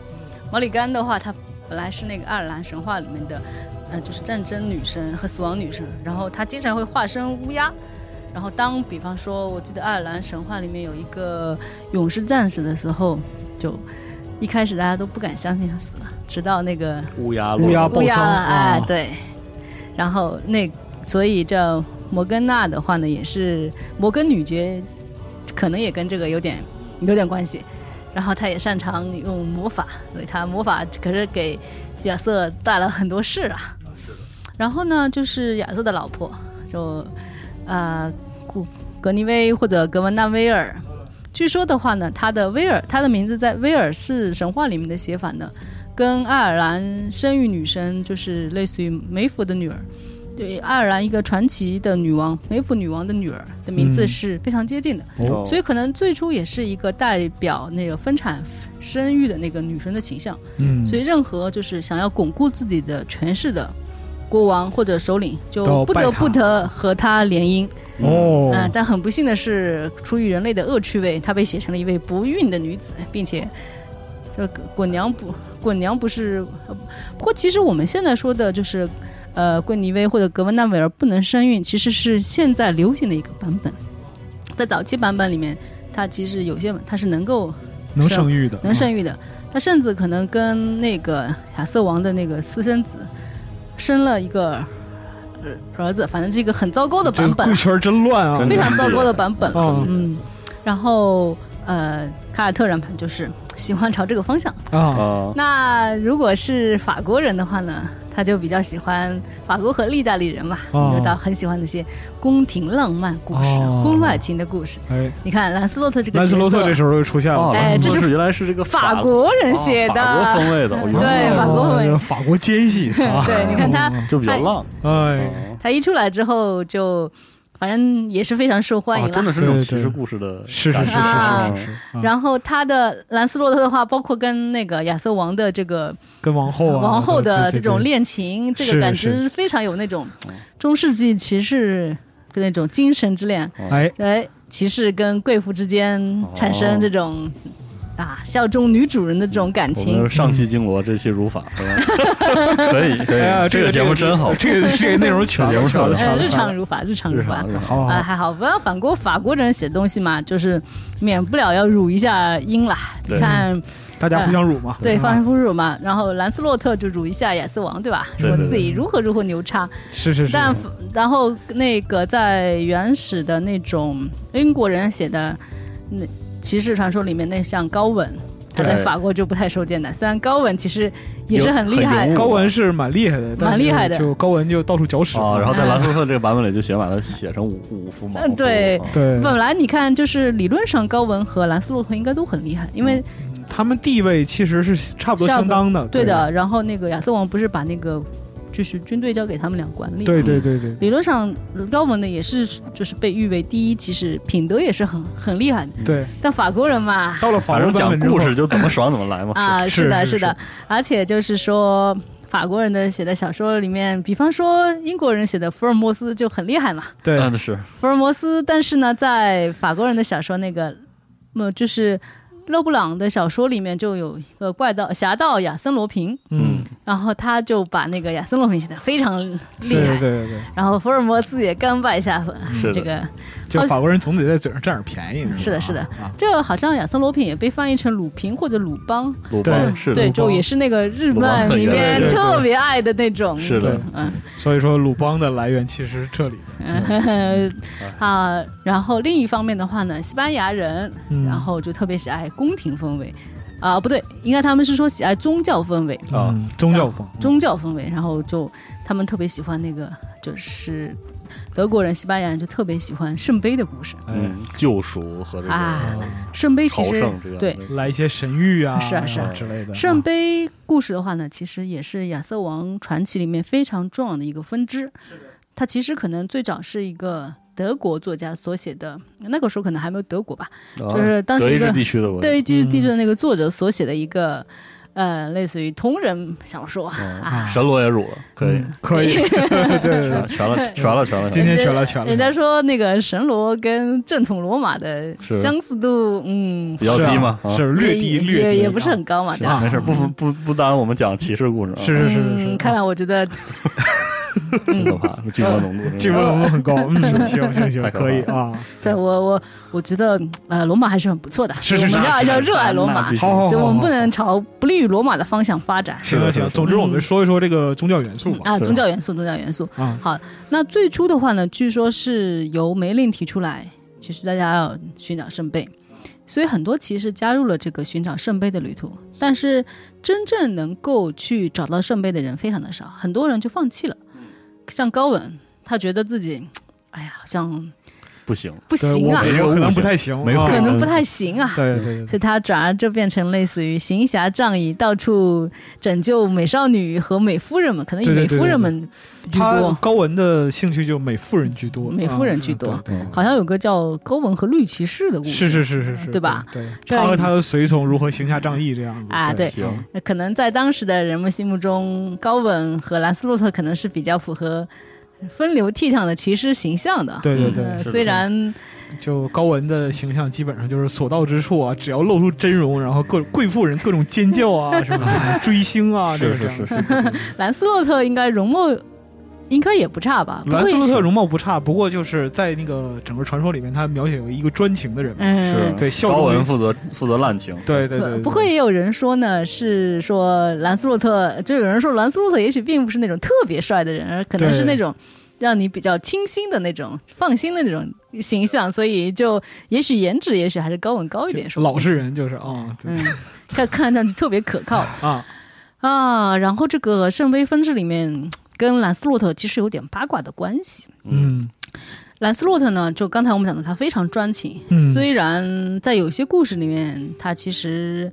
Speaker 4: 毛里甘的话，她本来是那个爱尔兰神话里面的，呃，就是战争女神和死亡女神，然后她经常会化身乌鸦。然后当比方说，我记得爱尔兰神话里面有一个勇士战士的时候，就一开始大家都不敢相信他死了，直到那个
Speaker 2: 乌鸦
Speaker 3: 乌鸦
Speaker 4: 乌
Speaker 3: 报
Speaker 4: 鸦
Speaker 3: 丧
Speaker 4: 了，哎
Speaker 3: 啊，，
Speaker 4: 对。然后那所以这摩根娜的话呢，也是摩根女爵，可能也跟这个有点有点关系。然后她也擅长用魔法，所以她魔法可是给亚瑟带了很多事啊。然后呢，就是亚瑟的老婆，就呃古格尼威或者格文纳威尔。据说的话呢，她的威尔，她的名字在威尔士神话里面的写法呢，跟爱尔兰生育女神，就是类似于梅芙的女儿，对爱尔兰一个传奇的女王梅芙女王的女儿的名字
Speaker 3: 嗯
Speaker 4: 是非常接近的，
Speaker 2: 哦
Speaker 4: 所以可能最初也是一个代表那个分产生育的那个女神的形象。
Speaker 3: 嗯，
Speaker 4: 所以任何就是想要巩固自己的权势的国王或者首领，
Speaker 3: 都
Speaker 4: 就
Speaker 3: 要
Speaker 4: 不
Speaker 3: 拜
Speaker 4: 得
Speaker 3: 他
Speaker 4: 不得和他联姻。
Speaker 3: 哦
Speaker 4: 啊、，但很不幸的是，出于人类的恶趣味，她被写成了一位不孕的女子，并且这个滚娘不滚娘不是，呃不过其实我们现在说的就是。呃，桂尼薇或者格温纳维尔不能生育，其实是现在流行的一个版本。在早期版本里面，它其实有些它是能够
Speaker 3: 能生育的，嗯
Speaker 4: 能生育的，他甚至可能跟那个亚瑟王的那个私生子生了一个呃儿子，反正是一个很糟糕的
Speaker 3: 这
Speaker 4: 版
Speaker 3: 个
Speaker 4: 本
Speaker 3: 贵，圈真乱啊，
Speaker 2: 真
Speaker 4: 非常糟糕的版本了。
Speaker 3: 啊
Speaker 4: 嗯，然后呃，卡尔特人版就是喜欢朝这个方向。
Speaker 3: 啊，
Speaker 2: 啊，
Speaker 4: 那如果是法国人的话呢，他就比较喜欢法国和意大利人嘛，
Speaker 3: 哦
Speaker 4: 有到很喜欢那些宫廷浪漫故事、
Speaker 3: 哦
Speaker 4: 婚外情的故事。
Speaker 3: 哎，
Speaker 4: 你看兰斯洛特这个
Speaker 3: 兰斯
Speaker 4: 角
Speaker 3: 洛特
Speaker 4: 色
Speaker 3: 这时候又出现
Speaker 2: 哦，
Speaker 3: 了，
Speaker 4: 哎这是
Speaker 2: 是原来是这个
Speaker 4: 法国人写的，
Speaker 2: 哦法国风 味的，我原来
Speaker 4: 对法国
Speaker 3: 哦法国 奸细，
Speaker 2: 哦
Speaker 3: 啊
Speaker 4: 对，你看他，
Speaker 2: 就比较浪，
Speaker 3: 哎，
Speaker 2: 哦
Speaker 4: 他一出来之后就，反正也是非常受欢迎
Speaker 2: 哦真
Speaker 4: 了。
Speaker 2: 的是那种
Speaker 3: 对对
Speaker 2: 骑士故事的感觉，
Speaker 3: 是是是
Speaker 4: 啊
Speaker 3: 是是是，啊
Speaker 4: 然后他的兰斯洛特的话，包括跟那个亚瑟王的这个
Speaker 3: 跟王后啊，
Speaker 4: 王后的这种
Speaker 3: 对，
Speaker 4: 恋情，
Speaker 3: 对
Speaker 4: 这个感
Speaker 3: 是
Speaker 4: 知非常有那种中世纪骑士的那种精神之
Speaker 2: 哦
Speaker 4: 恋，
Speaker 3: 对对哎，
Speaker 4: 哎，骑士跟贵妇之间产生这种、啊效忠女主人的这种感
Speaker 2: 我
Speaker 4: 情
Speaker 2: 们。上期经罗，这期儒法，是 吧可以可
Speaker 3: 哎呀，
Speaker 2: 以，
Speaker 3: 这
Speaker 2: 个节目真好，
Speaker 3: 这个这个内容全
Speaker 2: 这节目
Speaker 3: 了
Speaker 2: 全了
Speaker 3: 全了全了
Speaker 4: 呃，日常如法，日常如
Speaker 2: 日
Speaker 4: 法
Speaker 2: 常，日常
Speaker 3: 好好
Speaker 4: 啊，
Speaker 3: 好，
Speaker 4: 还好，不要反国法国人写东西嘛，就是免不了要辱一下英啦。你
Speaker 2: 对
Speaker 4: 看，
Speaker 3: 大家互相辱嘛，
Speaker 4: 啊
Speaker 3: 啊
Speaker 4: 对，
Speaker 3: 是吧
Speaker 4: 放声侮辱嘛，然后兰斯洛特就辱一下亚瑟王，对吧？
Speaker 2: 对
Speaker 4: 说
Speaker 2: 对对
Speaker 4: 自己如何如何牛叉，
Speaker 3: 是是是，
Speaker 4: 但然后那个在原始的那种英国人写的那骑士传说里面，那像高文，他在
Speaker 2: 对
Speaker 4: 法国就不太受见的。虽然高文其实也是
Speaker 2: 有
Speaker 4: 很厉
Speaker 2: 很
Speaker 4: 害
Speaker 2: 勇武，
Speaker 3: 高文是蛮厉害的，但是
Speaker 4: 厉害的
Speaker 3: 就高文就到处搅屎
Speaker 2: 啊，然后在
Speaker 4: 嗯
Speaker 2: 兰斯特这个版本里就选把它写成五五夫嘛，
Speaker 4: 嗯对
Speaker 2: 啊
Speaker 3: 对，
Speaker 4: 本来你看就是理论上高文和兰斯洛特应该都很厉害，因为
Speaker 3: 他们地位其实是差不多相当的，
Speaker 4: 对的，然后那个亚瑟王不是把那个就是军队交给他们俩管理吗，
Speaker 3: 对，对对对对，
Speaker 4: 理论上高文呢也是就是被誉为第一骑士，品德也是很很厉害的。
Speaker 3: 对，
Speaker 4: 但法国人嘛，
Speaker 3: 到了法
Speaker 2: 嗯反
Speaker 3: 国
Speaker 2: 正
Speaker 3: 版
Speaker 2: 讲
Speaker 3: 本之后
Speaker 2: 故事，就怎么爽怎么来嘛，
Speaker 4: 啊，
Speaker 3: 哦是
Speaker 4: 的，
Speaker 3: 是
Speaker 4: 的，而且就是说。法国人的写的小说里面，比方说英国人写的福尔摩斯就很厉害嘛，
Speaker 3: 对，
Speaker 2: 嗯，是，
Speaker 4: 福尔摩斯，但是呢，在法国人的小说那个，呃，就是勒布朗的小说里面就有一个怪盗侠盗亚森罗平，
Speaker 3: 嗯，
Speaker 4: 然后他就把那个亚森罗平写的非常厉
Speaker 3: 对
Speaker 4: 害，
Speaker 3: 对对对，
Speaker 4: 然后福尔摩斯也甘拜下风。
Speaker 2: 是的
Speaker 4: 这个
Speaker 3: 就法国人总得在嘴上占点便宜，
Speaker 4: 是的，是的，
Speaker 3: 啊，
Speaker 4: 这个好像亚森罗平也被翻译成鲁平或者鲁邦，
Speaker 2: 鲁
Speaker 3: 对
Speaker 2: 邦是
Speaker 4: 对，
Speaker 2: 的，
Speaker 4: 就也是那个日
Speaker 2: 鲁邦
Speaker 4: 漫里
Speaker 2: 对
Speaker 4: 面
Speaker 3: 对对
Speaker 4: 特别爱的那种，
Speaker 2: 是的
Speaker 3: 对，
Speaker 4: 嗯。
Speaker 3: 所以说鲁邦的来源其实是这里，
Speaker 4: 嗯 啊，然后另一方面的话呢，西班牙人，
Speaker 3: 嗯
Speaker 4: 然后就特别喜爱宫廷氛围，啊，不对，应该他们是说喜爱宗教氛围，
Speaker 2: 啊
Speaker 3: 嗯，宗教风，
Speaker 4: 宗教氛围，然后就他们特别喜欢那个，就是德国人、西班牙人就特别喜欢圣杯的故事，
Speaker 3: 嗯，
Speaker 2: 嗯，救赎和这
Speaker 4: 啊
Speaker 2: 个
Speaker 4: 圣杯其
Speaker 2: 朝
Speaker 4: 实
Speaker 2: 圣这个
Speaker 4: 对。
Speaker 3: 来一些神谕啊，
Speaker 4: 是啊是啊
Speaker 3: 之类的，嗯
Speaker 4: 圣杯故事的话呢，其实也是亚瑟王传奇里面非常重要的一个分支。它其实可能最早是一个德国作家所写的，那个时候可能还没有德国吧，
Speaker 2: 啊
Speaker 4: 就是当时
Speaker 2: 德
Speaker 4: 一
Speaker 2: 意
Speaker 4: 个
Speaker 2: 志地区的文，
Speaker 4: 对地
Speaker 3: 嗯
Speaker 4: 质地质的那个作者所写的一个，呃，类似于同人小
Speaker 3: 哦
Speaker 4: 说
Speaker 2: 嗯
Speaker 4: 啊。
Speaker 2: 神罗也辱了，可以
Speaker 3: 嗯，可以，对对对
Speaker 2: 啊，全了，全了，全了，
Speaker 3: 今天全了全了，
Speaker 4: 人家说那个神罗跟正统罗马的
Speaker 2: 是
Speaker 4: 相似度，嗯，
Speaker 2: 比较
Speaker 3: 是啊
Speaker 2: 低嘛，啊
Speaker 3: 是略低
Speaker 4: 也
Speaker 3: 略低啊，啊
Speaker 4: 也也不是很高嘛，
Speaker 2: 是
Speaker 4: 对吧？
Speaker 2: 没事，不不不不耽误我们讲骑士故事啊，
Speaker 3: 是是是是
Speaker 4: 嗯，看来我觉得
Speaker 2: 真可怕， 剧情浓度
Speaker 3: 剧本浓度很高，嗯，行行 行，
Speaker 2: 太可怕
Speaker 3: 可以啊，
Speaker 4: 对我我我觉得呃，罗马还是很不错的，
Speaker 3: 是是
Speaker 4: 我
Speaker 3: 是
Speaker 4: 们要要热爱罗马，
Speaker 3: 好好
Speaker 4: 所以我们
Speaker 3: 好
Speaker 4: 不能朝不利于罗马的方向发展
Speaker 3: 行行行，总之我们说一说这个宗教元素吧，
Speaker 4: 啊。宗教元素，宗教元素。
Speaker 3: 啊，
Speaker 4: 好，那最初的话呢，据说是由梅林提出来，其实大家要寻找圣杯，所以很多骑士加入了这个寻找圣杯的旅途。但是真正能够去找到圣杯的人非常的少，很多人就放弃了。像高文，他觉得自己，哎呀，好像
Speaker 2: 不行，
Speaker 4: 不
Speaker 3: 对
Speaker 4: 行
Speaker 3: 我
Speaker 4: 啊，
Speaker 3: 我可能不太行，
Speaker 2: 没有
Speaker 3: 啊
Speaker 4: 可能不太行啊。
Speaker 3: 对对对
Speaker 4: 所以他转而就变成类似于行侠仗义，到处拯救美少女和美夫人们，可能以
Speaker 3: 对对
Speaker 4: 美
Speaker 3: 对
Speaker 4: 夫人们居
Speaker 3: 他
Speaker 4: 多。
Speaker 3: 高文的兴趣就美妇人居多，
Speaker 4: 美妇人居多
Speaker 2: 嗯
Speaker 3: 啊对对
Speaker 4: 好像有个叫高文和绿骑士的故事，
Speaker 3: 是是是是是，
Speaker 4: 对吧？
Speaker 3: 对，
Speaker 4: 对
Speaker 3: 他和他的随从如何行侠仗义这样子
Speaker 4: 啊对
Speaker 2: 行，
Speaker 4: 那可能在当时的人们心目中，高文和兰斯洛特可能是比较符合风流倜傥的骑士形象的。
Speaker 3: 对对
Speaker 2: 嗯
Speaker 3: 对
Speaker 4: 呃，
Speaker 2: 是的
Speaker 4: 虽然
Speaker 3: 就高文的形象基本上就是所到之处啊，只要露出真容，然后各贵妇人各种尖叫啊，什 么追星啊，这
Speaker 2: 是
Speaker 3: 个这
Speaker 2: 是
Speaker 3: 样
Speaker 2: 是
Speaker 3: 的。
Speaker 2: 是，
Speaker 4: 兰斯洛特应该容貌应该也不差吧，不
Speaker 3: 兰斯
Speaker 4: 会，
Speaker 3: 洛特容貌不差，不过就是在那个整个传说里面，他描写为一个专情的人嘛，
Speaker 2: 是
Speaker 4: 嗯，
Speaker 3: 对效
Speaker 2: 高
Speaker 3: 忠于
Speaker 2: 文负责负责滥情，
Speaker 3: 对对对
Speaker 4: 不
Speaker 3: 对，
Speaker 4: 不会也有人说呢，是说兰斯洛特，就有人说兰斯洛特也许并不是那种特别帅的人，而可能
Speaker 3: 对
Speaker 4: 是那种让你比较清新的那种、放心的那种形象，所以就也许颜值也许还是高文高一点，
Speaker 3: 就
Speaker 4: 说不
Speaker 3: 老
Speaker 4: 定
Speaker 3: 实人就是啊，对
Speaker 4: 嗯，看看上去特别可靠
Speaker 3: 啊，
Speaker 4: 啊。然后这个圣杯分支里面跟兰斯洛特其实有点八卦的关系，
Speaker 3: 嗯
Speaker 4: 兰斯洛特呢，就刚才我们讲的，他非常专情。
Speaker 3: 嗯
Speaker 4: 虽然在有些故事里面，他其实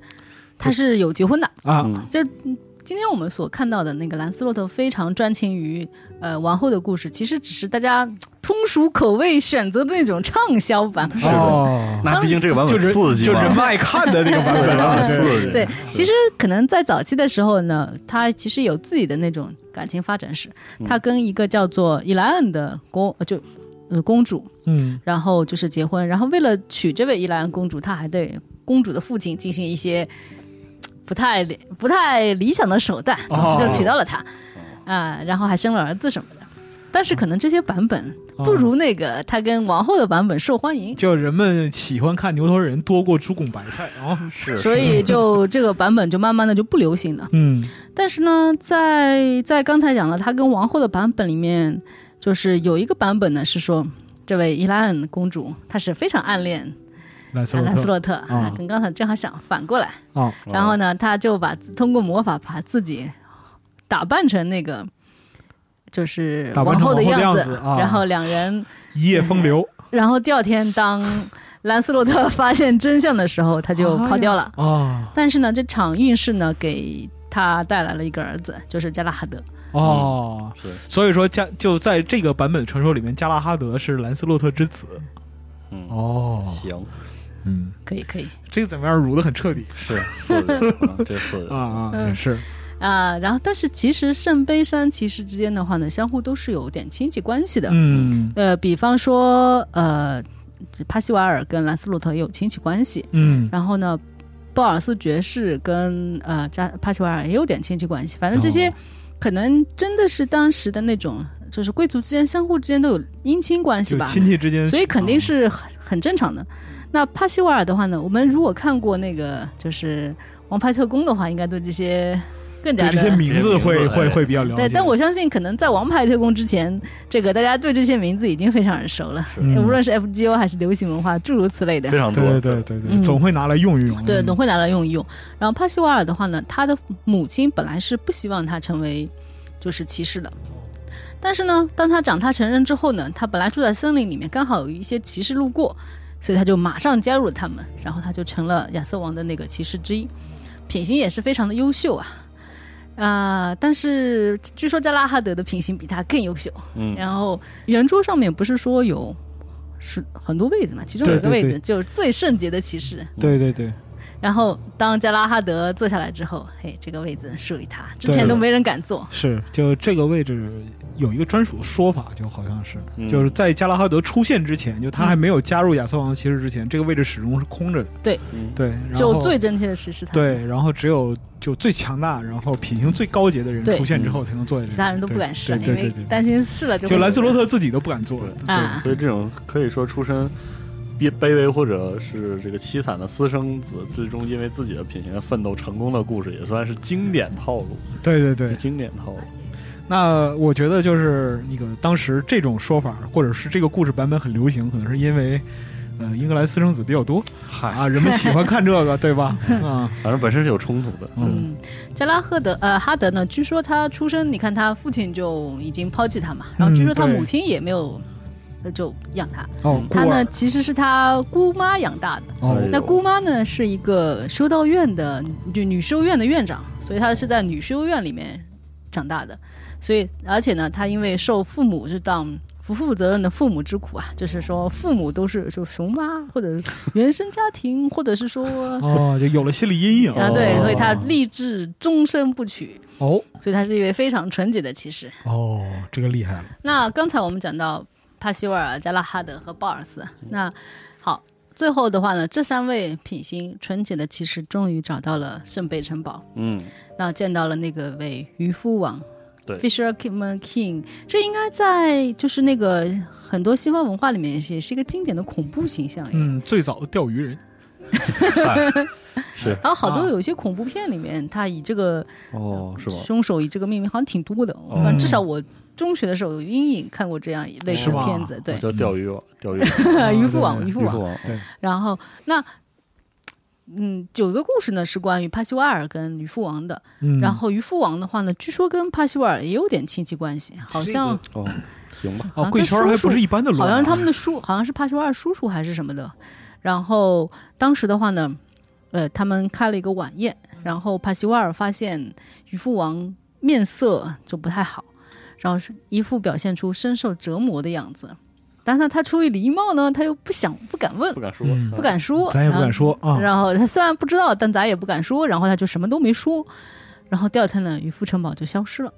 Speaker 4: 他是有结婚的。
Speaker 3: 啊
Speaker 2: 嗯
Speaker 4: 就嗯今天我们所看到的那个兰斯洛特非常专情于呃王后的故事，其实只是大家嗯通俗口味选择的那种畅销版。
Speaker 2: 嗯是的，
Speaker 3: 哦，
Speaker 2: 那毕竟这个版
Speaker 3: 就
Speaker 2: 本
Speaker 3: 人
Speaker 2: 刺激
Speaker 3: 就
Speaker 2: 嘛，
Speaker 3: 人脉看的那个版本啊，
Speaker 2: 对
Speaker 3: 对
Speaker 2: 对
Speaker 4: 对，其实可能在早期的时候呢，他其实有自己的那种感情发展史。
Speaker 2: 嗯
Speaker 4: 他跟一个叫做伊莱恩的公呃就呃公主，
Speaker 3: 嗯
Speaker 4: 然后就是结婚，然后为了娶这位伊莱安公主，他还对公主的父亲进行一些不太理不太理想的手段，总
Speaker 3: 哦
Speaker 4: 之就娶到了她，啊，然后还生了儿子什么的。但是可能这些版本不如那个他跟王后的版本受欢迎，
Speaker 3: 就人们喜欢看牛头人多过猪拱白菜啊，
Speaker 2: 是
Speaker 4: 所以就这个版本就慢慢的就不 流行了。
Speaker 3: 嗯
Speaker 4: 但是呢，在在刚才讲了他跟王后的版本里面，就是有一个版本呢是说，这位伊莱安公主她是非常暗恋
Speaker 3: 兰斯
Speaker 4: 啊
Speaker 3: 洛
Speaker 4: 兰斯
Speaker 3: 特
Speaker 4: 洛特啊， 跟刚才正好想反过来，
Speaker 3: 啊，
Speaker 4: 然后呢，他就把自通过魔法把自己打扮成那个就是
Speaker 3: 打扮
Speaker 4: 王
Speaker 3: 成
Speaker 4: 后的
Speaker 3: 王后的
Speaker 4: 样
Speaker 3: 样子啊
Speaker 4: 然后两人，
Speaker 3: 一夜风流
Speaker 4: 然后第二天当兰斯洛特 发现真相的时候，他就
Speaker 3: 哎
Speaker 4: 跑掉了。
Speaker 3: 啊
Speaker 4: 但是呢，这场运势呢，给他带来了一个儿子，就是加拉哈德。
Speaker 3: 哦，
Speaker 2: 嗯是
Speaker 3: 所以说加就在这个版本传说里面，加拉哈德是兰斯洛特之子
Speaker 2: 嗯
Speaker 3: 哦，
Speaker 2: 行
Speaker 3: 嗯，
Speaker 4: 可以，可以。
Speaker 3: 这个怎么样，辱的很彻底
Speaker 2: 是刺激，啊这刺激
Speaker 3: 啊啊，是
Speaker 4: 啊、啊，然后但是其实圣杯三骑士之间的话呢，相互都是有点亲戚关系的。
Speaker 3: 嗯
Speaker 4: 呃，比方说呃，帕西瓦尔跟兰斯洛特也有亲戚关系，
Speaker 3: 嗯
Speaker 4: 然后呢，鲍尔斯爵士跟呃加帕西瓦尔也有点亲戚关系，反正这些
Speaker 3: 哦
Speaker 4: 可能真的是当时的那种，就是贵族之间相互之间都有姻亲关系
Speaker 3: 就
Speaker 4: 吧，
Speaker 3: 亲戚之间，啊
Speaker 4: 所以肯定是很很正常的。那帕西瓦尔的话呢，我们如果看过那个就是《王牌特工》的话，应该对这些更加
Speaker 3: 对
Speaker 4: 的
Speaker 3: 这些名字会
Speaker 2: 名字
Speaker 3: 会
Speaker 2: 哎
Speaker 3: 会比较了解。
Speaker 4: 对，但我相信可能在《王牌特工》之前，这个大家对这些名字已经非常耳熟了，
Speaker 3: 嗯
Speaker 4: 无论是 FGO 还是流行文化，诸如此类的
Speaker 2: 非。常多。
Speaker 3: 对对对对，
Speaker 4: 嗯
Speaker 3: 总会拿来用一用。
Speaker 4: 对，
Speaker 3: 嗯
Speaker 4: 总会拿来用一用。然后帕西瓦尔的话呢，他的母亲本来是不希望他成为就是骑士的，但是呢，当他长大成人之后呢，他本来住在森林里面，刚好有一些骑士路过，所以他就马上加入了他们，然后他就成了亚瑟王的那个骑士之一，品行也是非常的优秀啊。啊、但是据说加拉哈德的品行比他更优秀。
Speaker 2: 嗯
Speaker 4: 然后圆桌上面不是说有是很多位子嘛，其中有一个
Speaker 3: 对对
Speaker 4: 位
Speaker 3: 对
Speaker 4: 置就是最圣洁的骑士，
Speaker 3: 对对对，
Speaker 4: 然后当加拉哈德坐下来之后，嘿，这个位子属于他，之前
Speaker 3: 对
Speaker 4: 都没人敢坐。
Speaker 3: 是就这个位置有一个专属说法，就好像是
Speaker 2: 嗯
Speaker 3: 就是在加拉哈德出现之前，就他还没有加入亚瑟王骑士之前，这个位置始终是空着的。
Speaker 4: 对
Speaker 2: 嗯
Speaker 3: 对，然
Speaker 4: 只有
Speaker 3: 后
Speaker 4: 最真切的事是他，，
Speaker 3: 对，然后只有就最强大，然后品行最高洁的人
Speaker 4: 对
Speaker 3: 出现之后才能坐在这里，
Speaker 4: 其他人都不敢试，
Speaker 3: 对
Speaker 4: 因
Speaker 3: 对对
Speaker 4: 为
Speaker 3: 对对，
Speaker 4: 担心试了就
Speaker 3: 就
Speaker 4: 会
Speaker 3: 兰斯罗特自己都不敢坐
Speaker 2: 对
Speaker 3: 对
Speaker 4: 啊
Speaker 2: 所以这种可以说出身卑卑微或者是这个凄惨的私生子，最终因为自己的品行奋斗成功的故事，也算是经典套路，
Speaker 3: 对对对。
Speaker 2: 经典套路。
Speaker 3: 那我觉得就是那个当时这种说法，或者是这个故事版本很流行，可能是因为。呃，英格兰私生子比较多
Speaker 2: 嗨，
Speaker 3: 啊，人们喜欢看这个，对 吧？啊，
Speaker 2: 反正本身是有冲突的。
Speaker 3: 嗯，
Speaker 4: 嗯，加拉赫德呃哈德呢，据说他出生，你看他父亲就已经抛弃他嘛，然后据说他
Speaker 3: 嗯对
Speaker 4: 母亲也没有。呃就养他，
Speaker 3: 哦，孤
Speaker 4: 他呢
Speaker 3: 儿，
Speaker 4: 其实是他姑妈养大的。
Speaker 3: 哦，
Speaker 2: 哎呦
Speaker 4: 那姑妈呢是一个修道院的女女修院的院长，所以她是在女修院里面长大的。所以，而且呢，她因为受父母就当不负责任的父母之苦啊，就是说父母都是就熊妈或者原生家庭，或者是说
Speaker 3: 哦，就有了心理阴影
Speaker 4: 啊对，
Speaker 3: 哦
Speaker 4: 所以她立志终身不娶，
Speaker 3: 哦
Speaker 4: 所以她是一位非常纯洁的骑士。
Speaker 3: 哦，这个厉害了，
Speaker 4: 那刚才我们讲到帕西维尔、加拉哈德和鲍尔斯，啊
Speaker 2: 嗯
Speaker 4: 那好，最后的话呢，这三位品行纯洁的骑士终于找到了圣杯城堡，
Speaker 2: 嗯，
Speaker 4: 那见到了那个位渔夫王。
Speaker 2: 对
Speaker 4: Fisher King King，这应该在就是那个很多西方文化里面也是也是一个经典的恐怖形象耶。
Speaker 3: 嗯，最早的钓鱼人，
Speaker 2: 是
Speaker 4: 然后好多
Speaker 3: 啊
Speaker 4: 有一些恐怖片里面，他以这个
Speaker 2: 哦，是吧？
Speaker 4: 凶手以这个命名好像挺多的，哦
Speaker 2: 嗯
Speaker 4: 反正至少我中学的时候有阴影看过这样一类
Speaker 3: 是
Speaker 4: 的
Speaker 3: 吗
Speaker 4: 片子。对
Speaker 2: 我，叫钓鱼王，钓鱼
Speaker 4: 渔夫王，
Speaker 3: 对
Speaker 2: 王，
Speaker 4: 渔夫
Speaker 2: 渔
Speaker 4: 王
Speaker 2: 夫。王。
Speaker 3: 对
Speaker 4: 然后那，嗯，有一个故事呢是关于帕西瓦尔跟渔夫王的。
Speaker 3: 嗯，
Speaker 4: 然后渔夫王的话呢，据说跟帕西瓦尔也有点亲戚关系，好像、
Speaker 2: 哦，行吧。
Speaker 3: 哦，
Speaker 4: 啊
Speaker 3: 贵圈
Speaker 4: 跟
Speaker 3: 还
Speaker 4: 叔
Speaker 3: 不
Speaker 4: 叔
Speaker 3: 是一般的乱啊，
Speaker 4: 好像是他们的叔，好像是帕西瓦尔叔叔还是什么的。然后当时的话呢，呃，他们开了一个晚宴，然后帕西瓦尔发现渔夫王面色就不太好，然后是一副表现出深受折磨的样子。但是他出于礼貌呢，他又不想不敢问
Speaker 2: 不，敢说，
Speaker 3: 嗯
Speaker 4: 不敢说，
Speaker 3: 咱也不
Speaker 4: 然后
Speaker 3: 敢说啊，
Speaker 4: 然后他虽然不知道，但咱也不敢说，然后他就什么都没说。然后第二天呢，渔夫城堡就消失了。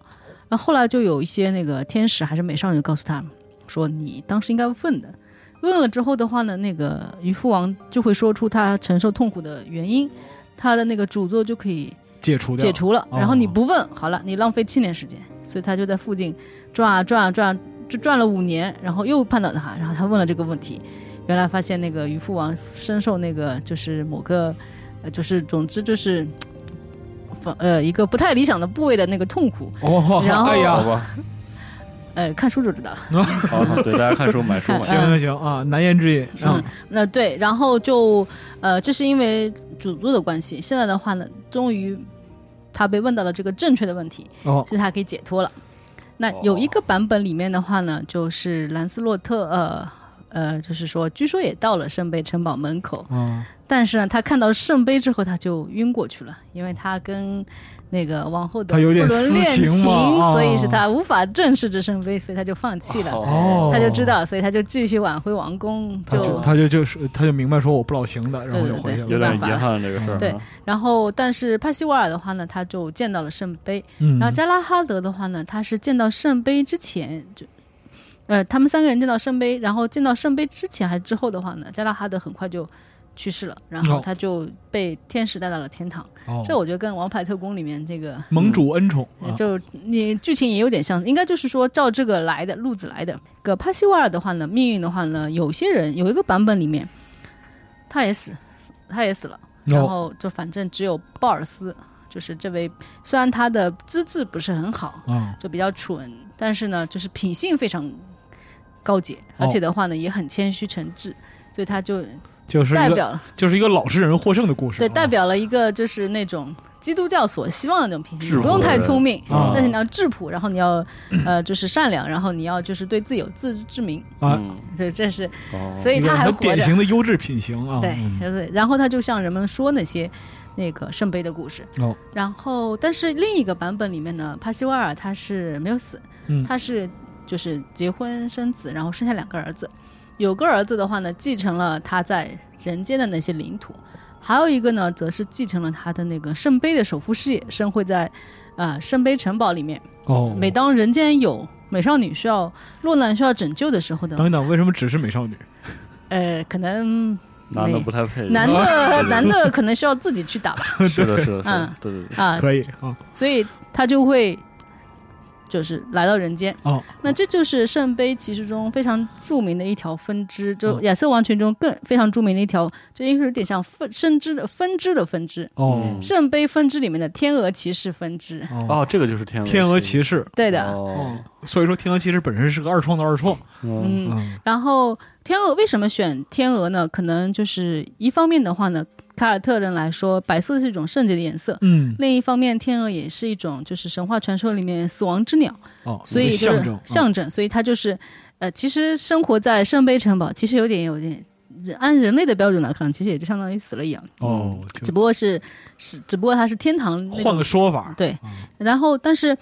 Speaker 4: 然后后来就有一些那个天使还是美少女告诉他说，你当时应该问的。问了之后的话呢，那个渔夫王就会说出他承受痛苦的原因，他的那个诅咒就可以
Speaker 3: 解除掉，
Speaker 4: 解，除了。
Speaker 3: 哦
Speaker 4: 然后你不问，好了，你浪费七年时间。所以他就在附近转啊转啊转啊，就转了五年，然后又碰到他，然后他问了这个问题，原来发现那个渔夫王深受那个就是某个，呃，就是总之就是。呃，一个不太理想的部位的那个痛苦，
Speaker 3: 哦，
Speaker 4: 然后
Speaker 2: 好
Speaker 3: 哎呀，
Speaker 2: 吧？
Speaker 4: 呃，看书就知道了。
Speaker 2: 好，好对，大家看书买书
Speaker 4: 看
Speaker 2: 买
Speaker 3: 行行行啊，难言之隐啊
Speaker 4: 嗯，那对，然后就呃，这是因为诅咒的关系。现在的话呢，终于他被问到了这个正确的问题，
Speaker 3: 哦，
Speaker 4: 所以他可以解脱了。那有一个版本里面的话呢，就是兰斯洛特，呃呃，就是说，据说也到了圣杯城堡门口，
Speaker 3: 啊，
Speaker 4: 但是呢，他看到圣杯之后，他就晕过去了，因为他跟那个王后的
Speaker 3: 他有点
Speaker 4: 不伦恋
Speaker 3: 私情嘛啊
Speaker 4: 所以是他无法正视这圣杯，所以他就放弃了。
Speaker 3: 哦，
Speaker 4: 他就知道，所以他就继续挽回王宫，
Speaker 3: 他就他就就是他就明白说我不老行的，然后
Speaker 4: 对
Speaker 3: 就
Speaker 4: 对
Speaker 3: 回去
Speaker 4: 对
Speaker 2: 有
Speaker 3: 了。
Speaker 2: 点遗憾这个事儿啊。
Speaker 4: 对然后，但是帕西瓦尔的话呢，他就见到了圣杯。
Speaker 3: 嗯，
Speaker 4: 然后加拉哈德的话呢，他是见到圣杯之前就，呃，他们三个人见到圣杯，然后见到圣杯之前还是之后的话呢，加拉哈德很快就去世了，然后
Speaker 3: 哦
Speaker 4: 他就被天使带到了天堂。
Speaker 3: 哦
Speaker 4: 这我觉嗯得跟《王牌特工》里面这个
Speaker 3: 盟主恩宠啊，
Speaker 4: 就你剧情也有点像，应该就是说照这个来的路子来的。葛帕西瓦尔的话呢，命运的话呢，有些人有一个版本里面，他也死，他也死了，然后就反正只有鲍尔斯，就是这位，虽然他的资质不是很好，
Speaker 3: 啊，
Speaker 4: 就比较蠢，但是呢，就是品性非常高洁，而且的话呢，也很谦虚诚挚，所以他就
Speaker 3: 哦就是
Speaker 4: 代
Speaker 3: 一个
Speaker 4: 表了，
Speaker 3: 就是一个老实人获胜的故事啊，
Speaker 4: 对，代表了一个就是那种基督教所希望的那种品
Speaker 2: 质
Speaker 4: 性，
Speaker 2: 朴
Speaker 4: 不用太
Speaker 2: 的
Speaker 4: 聪明，
Speaker 3: 啊
Speaker 4: 但是你要质朴，然后你要呃就是善良，然后你要就是对自己有自知之明，
Speaker 3: 啊，
Speaker 2: 嗯，
Speaker 4: 对，这是，
Speaker 2: 哦，
Speaker 4: 所以
Speaker 3: 一个
Speaker 4: 他还
Speaker 3: 很
Speaker 4: 活
Speaker 3: 典
Speaker 4: 着。
Speaker 3: 型的优质品行啊，
Speaker 4: 对
Speaker 3: 嗯，
Speaker 4: 对，然后他就向人们说那些那个圣杯的故事。
Speaker 3: 哦，
Speaker 4: 然后但是另一个版本里面呢，帕西瓦尔他是没有死，
Speaker 3: 嗯
Speaker 4: 他是就是结婚生子，然后生下两个儿子，有个儿子的话呢，继承了他在人间的那些领土。还有一个呢，则是继承了他的那个圣杯的守护事业，生会在，啊、圣杯城堡里面。
Speaker 3: 哦，
Speaker 4: 每当人间有美少女需要落难、需要拯救的时候呢，
Speaker 3: 等一等，为什么只是美少女？
Speaker 4: 呃，可能
Speaker 2: 男的
Speaker 4: 没
Speaker 2: 不太配，
Speaker 4: 男 的男的可能需要自己去打吧，
Speaker 2: 是 的，是的，是
Speaker 4: 嗯
Speaker 2: 的，对对对，
Speaker 4: 啊，
Speaker 3: 可以啊，
Speaker 4: 所以他就会就是来到人间。
Speaker 3: 哦，
Speaker 4: 那这就是圣杯骑士中非常著名的一条分支，就
Speaker 3: 嗯
Speaker 4: 亚瑟王权中更非常著名的一条，这应该是有点像分分支的分支的分支，
Speaker 3: 哦，
Speaker 4: 圣杯分支里面的天鹅骑士分支。
Speaker 3: 哦，
Speaker 2: 哦，这个就是天鹅
Speaker 3: 天鹅
Speaker 2: 骑
Speaker 3: 骑士，
Speaker 4: 对的，
Speaker 2: 哦，
Speaker 3: 所以说天鹅骑士本身是个二创的二创，
Speaker 2: 嗯，
Speaker 4: 嗯，
Speaker 3: 嗯，
Speaker 4: 然后天鹅为什么选天鹅呢？可能就是一方面的话呢，凯尔特人来说，白色是一种圣洁的颜色。
Speaker 3: 嗯，
Speaker 4: 另一方面，天鹅也是一种就是神话传说里面死亡之鸟，
Speaker 3: 哦，
Speaker 4: 所以
Speaker 3: 一个象
Speaker 4: 就是
Speaker 3: 征嗯
Speaker 4: 象征，所以它就是，呃，其实生活在圣杯城堡，其实有点有点，人按人类的标准来看，其实也就相当于死了一样，
Speaker 3: 哦，
Speaker 4: 只
Speaker 3: 就
Speaker 4: 不过是是，只不过它是天堂那
Speaker 3: 换
Speaker 4: 种
Speaker 3: 个嗯说法，
Speaker 4: 对，然后但是。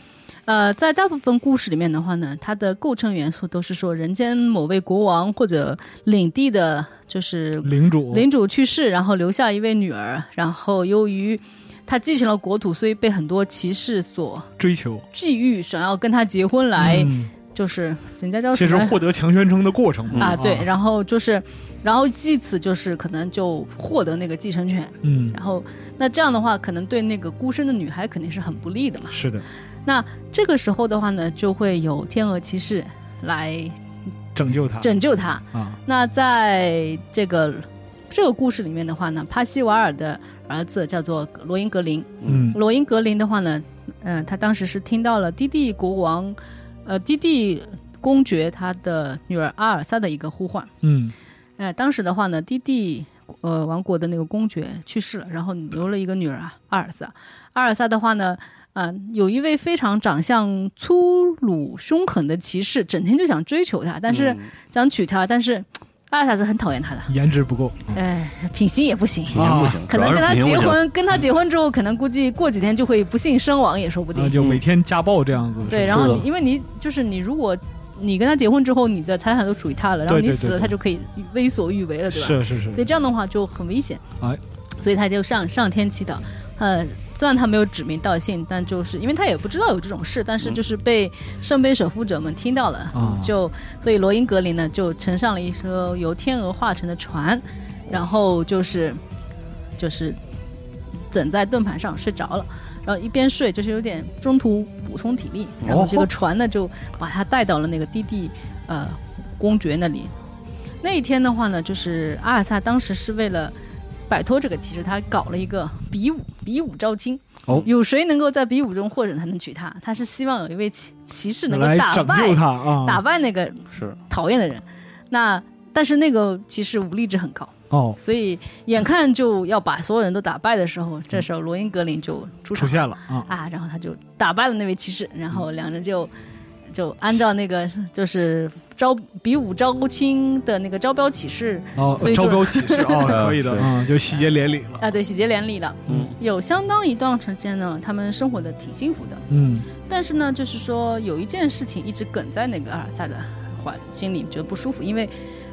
Speaker 4: 呃，在大部分故事里面的话呢，它的构成元素都是说人间某位国王或者领地的，就是
Speaker 3: 领主，
Speaker 4: 领主去世，然后留下一位女儿，然后由于他继承了国土，所以被很多骑士所
Speaker 3: 追求，
Speaker 4: 觊觎，想要跟他结婚来，
Speaker 3: 嗯
Speaker 4: 就是人家叫
Speaker 3: 其
Speaker 4: 哎什
Speaker 3: 实嗯
Speaker 4: 么
Speaker 3: 获得强宣称的过程嘛，
Speaker 4: 啊？对，，然后就是，然后继此就是可能就获得那个继承权，
Speaker 3: 嗯，
Speaker 4: 然后那这样的话，可能对那个孤身的女孩肯定是很不利的嘛。
Speaker 3: 是的，
Speaker 4: 那这个时候的话呢，就会有天鹅骑士来
Speaker 3: 拯救他，
Speaker 4: 拯救她。
Speaker 3: 啊，
Speaker 4: 那在这个这个故事里面的话呢，帕西瓦尔的儿子叫做罗因格林。
Speaker 3: 嗯，
Speaker 4: 罗因格林的话呢，嗯、他当时是听到了低地国王，呃，低地公爵他的女儿阿尔萨的一个呼唤。
Speaker 3: 嗯，
Speaker 4: 哎、当时的话呢，低地呃王国的那个公爵去世了，然后留了一个女儿啊阿尔萨。阿尔萨的话呢，啊、有一位非常长相粗鲁凶狠的骑士，整天就想追求她，但是
Speaker 2: 嗯
Speaker 4: 想娶她，但是阿尔萨是很讨厌她的，
Speaker 3: 颜值不够，
Speaker 2: 嗯
Speaker 4: 哎，品行也不行。
Speaker 2: 品行不行，
Speaker 4: 可
Speaker 2: 主要
Speaker 4: 能
Speaker 2: 是
Speaker 4: 跟他
Speaker 2: 品
Speaker 4: 结
Speaker 2: 行不行。
Speaker 4: 婚，跟他结婚之后，可能估计过几天就会不幸身亡也说不定
Speaker 3: 啊，。就每天家暴这样子，
Speaker 4: 对，
Speaker 3: 是
Speaker 4: 然后
Speaker 2: 的
Speaker 4: 你因为你就是你，如果你跟他结婚之后，你的财产都属于他了，然后
Speaker 3: 对
Speaker 4: 你
Speaker 3: 对
Speaker 4: 死
Speaker 3: 对
Speaker 4: 了，
Speaker 3: 对
Speaker 4: 他就可以为所欲为了，对吧？
Speaker 3: 是是是
Speaker 4: 所以这样的话就很危险。
Speaker 3: 哎，
Speaker 4: 所以他就上上天祈祷，呃，虽然他没有指名道姓，但就是因为他也不知道有这种事，但是就是被圣杯守护者们听到了，
Speaker 3: 啊
Speaker 4: 就所以罗因格林呢就乘上了一艘由天鹅化成的船，然后就是就是枕在盾牌上睡着了。然后一边睡，就是有点中途补充体力，然后这
Speaker 3: 哦
Speaker 4: 个船呢就把他带到了那个低地，呃，公爵那里。那一天的话呢，就是阿尔萨当时是为了摆脱这个骑士，他搞了一个比武，比武招亲。
Speaker 3: 哦
Speaker 4: 有谁能够在比武中获胜，才能娶她？他是希望有一位骑骑士能够
Speaker 3: 来
Speaker 4: 打
Speaker 3: 拯救
Speaker 4: 败
Speaker 3: 他啊，
Speaker 4: 打败那个
Speaker 2: 是
Speaker 4: 讨厌的人。那但是那个骑士武力值很高，
Speaker 3: 哦，
Speaker 4: 所以眼看就要把所有人都打败的时候，这时候罗因格林就
Speaker 3: 出
Speaker 4: 出场
Speaker 3: 现了啊，
Speaker 4: 啊，然后他就打败了那位骑士，然后两人就就按照那个就是招比武招亲的那个招标启事
Speaker 3: 哦
Speaker 4: 所，以就
Speaker 3: 招标 启事哦，可以的
Speaker 2: 是
Speaker 3: 啊，就喜结连理了。
Speaker 4: 啊，对，喜结连理了。
Speaker 2: 嗯，
Speaker 4: 有相当一段时间呢，他们生活的挺幸福的。
Speaker 3: 嗯
Speaker 4: 但是呢，就是说有一件事情一直梗在那个阿尔萨的怀心里，觉得不舒服，因为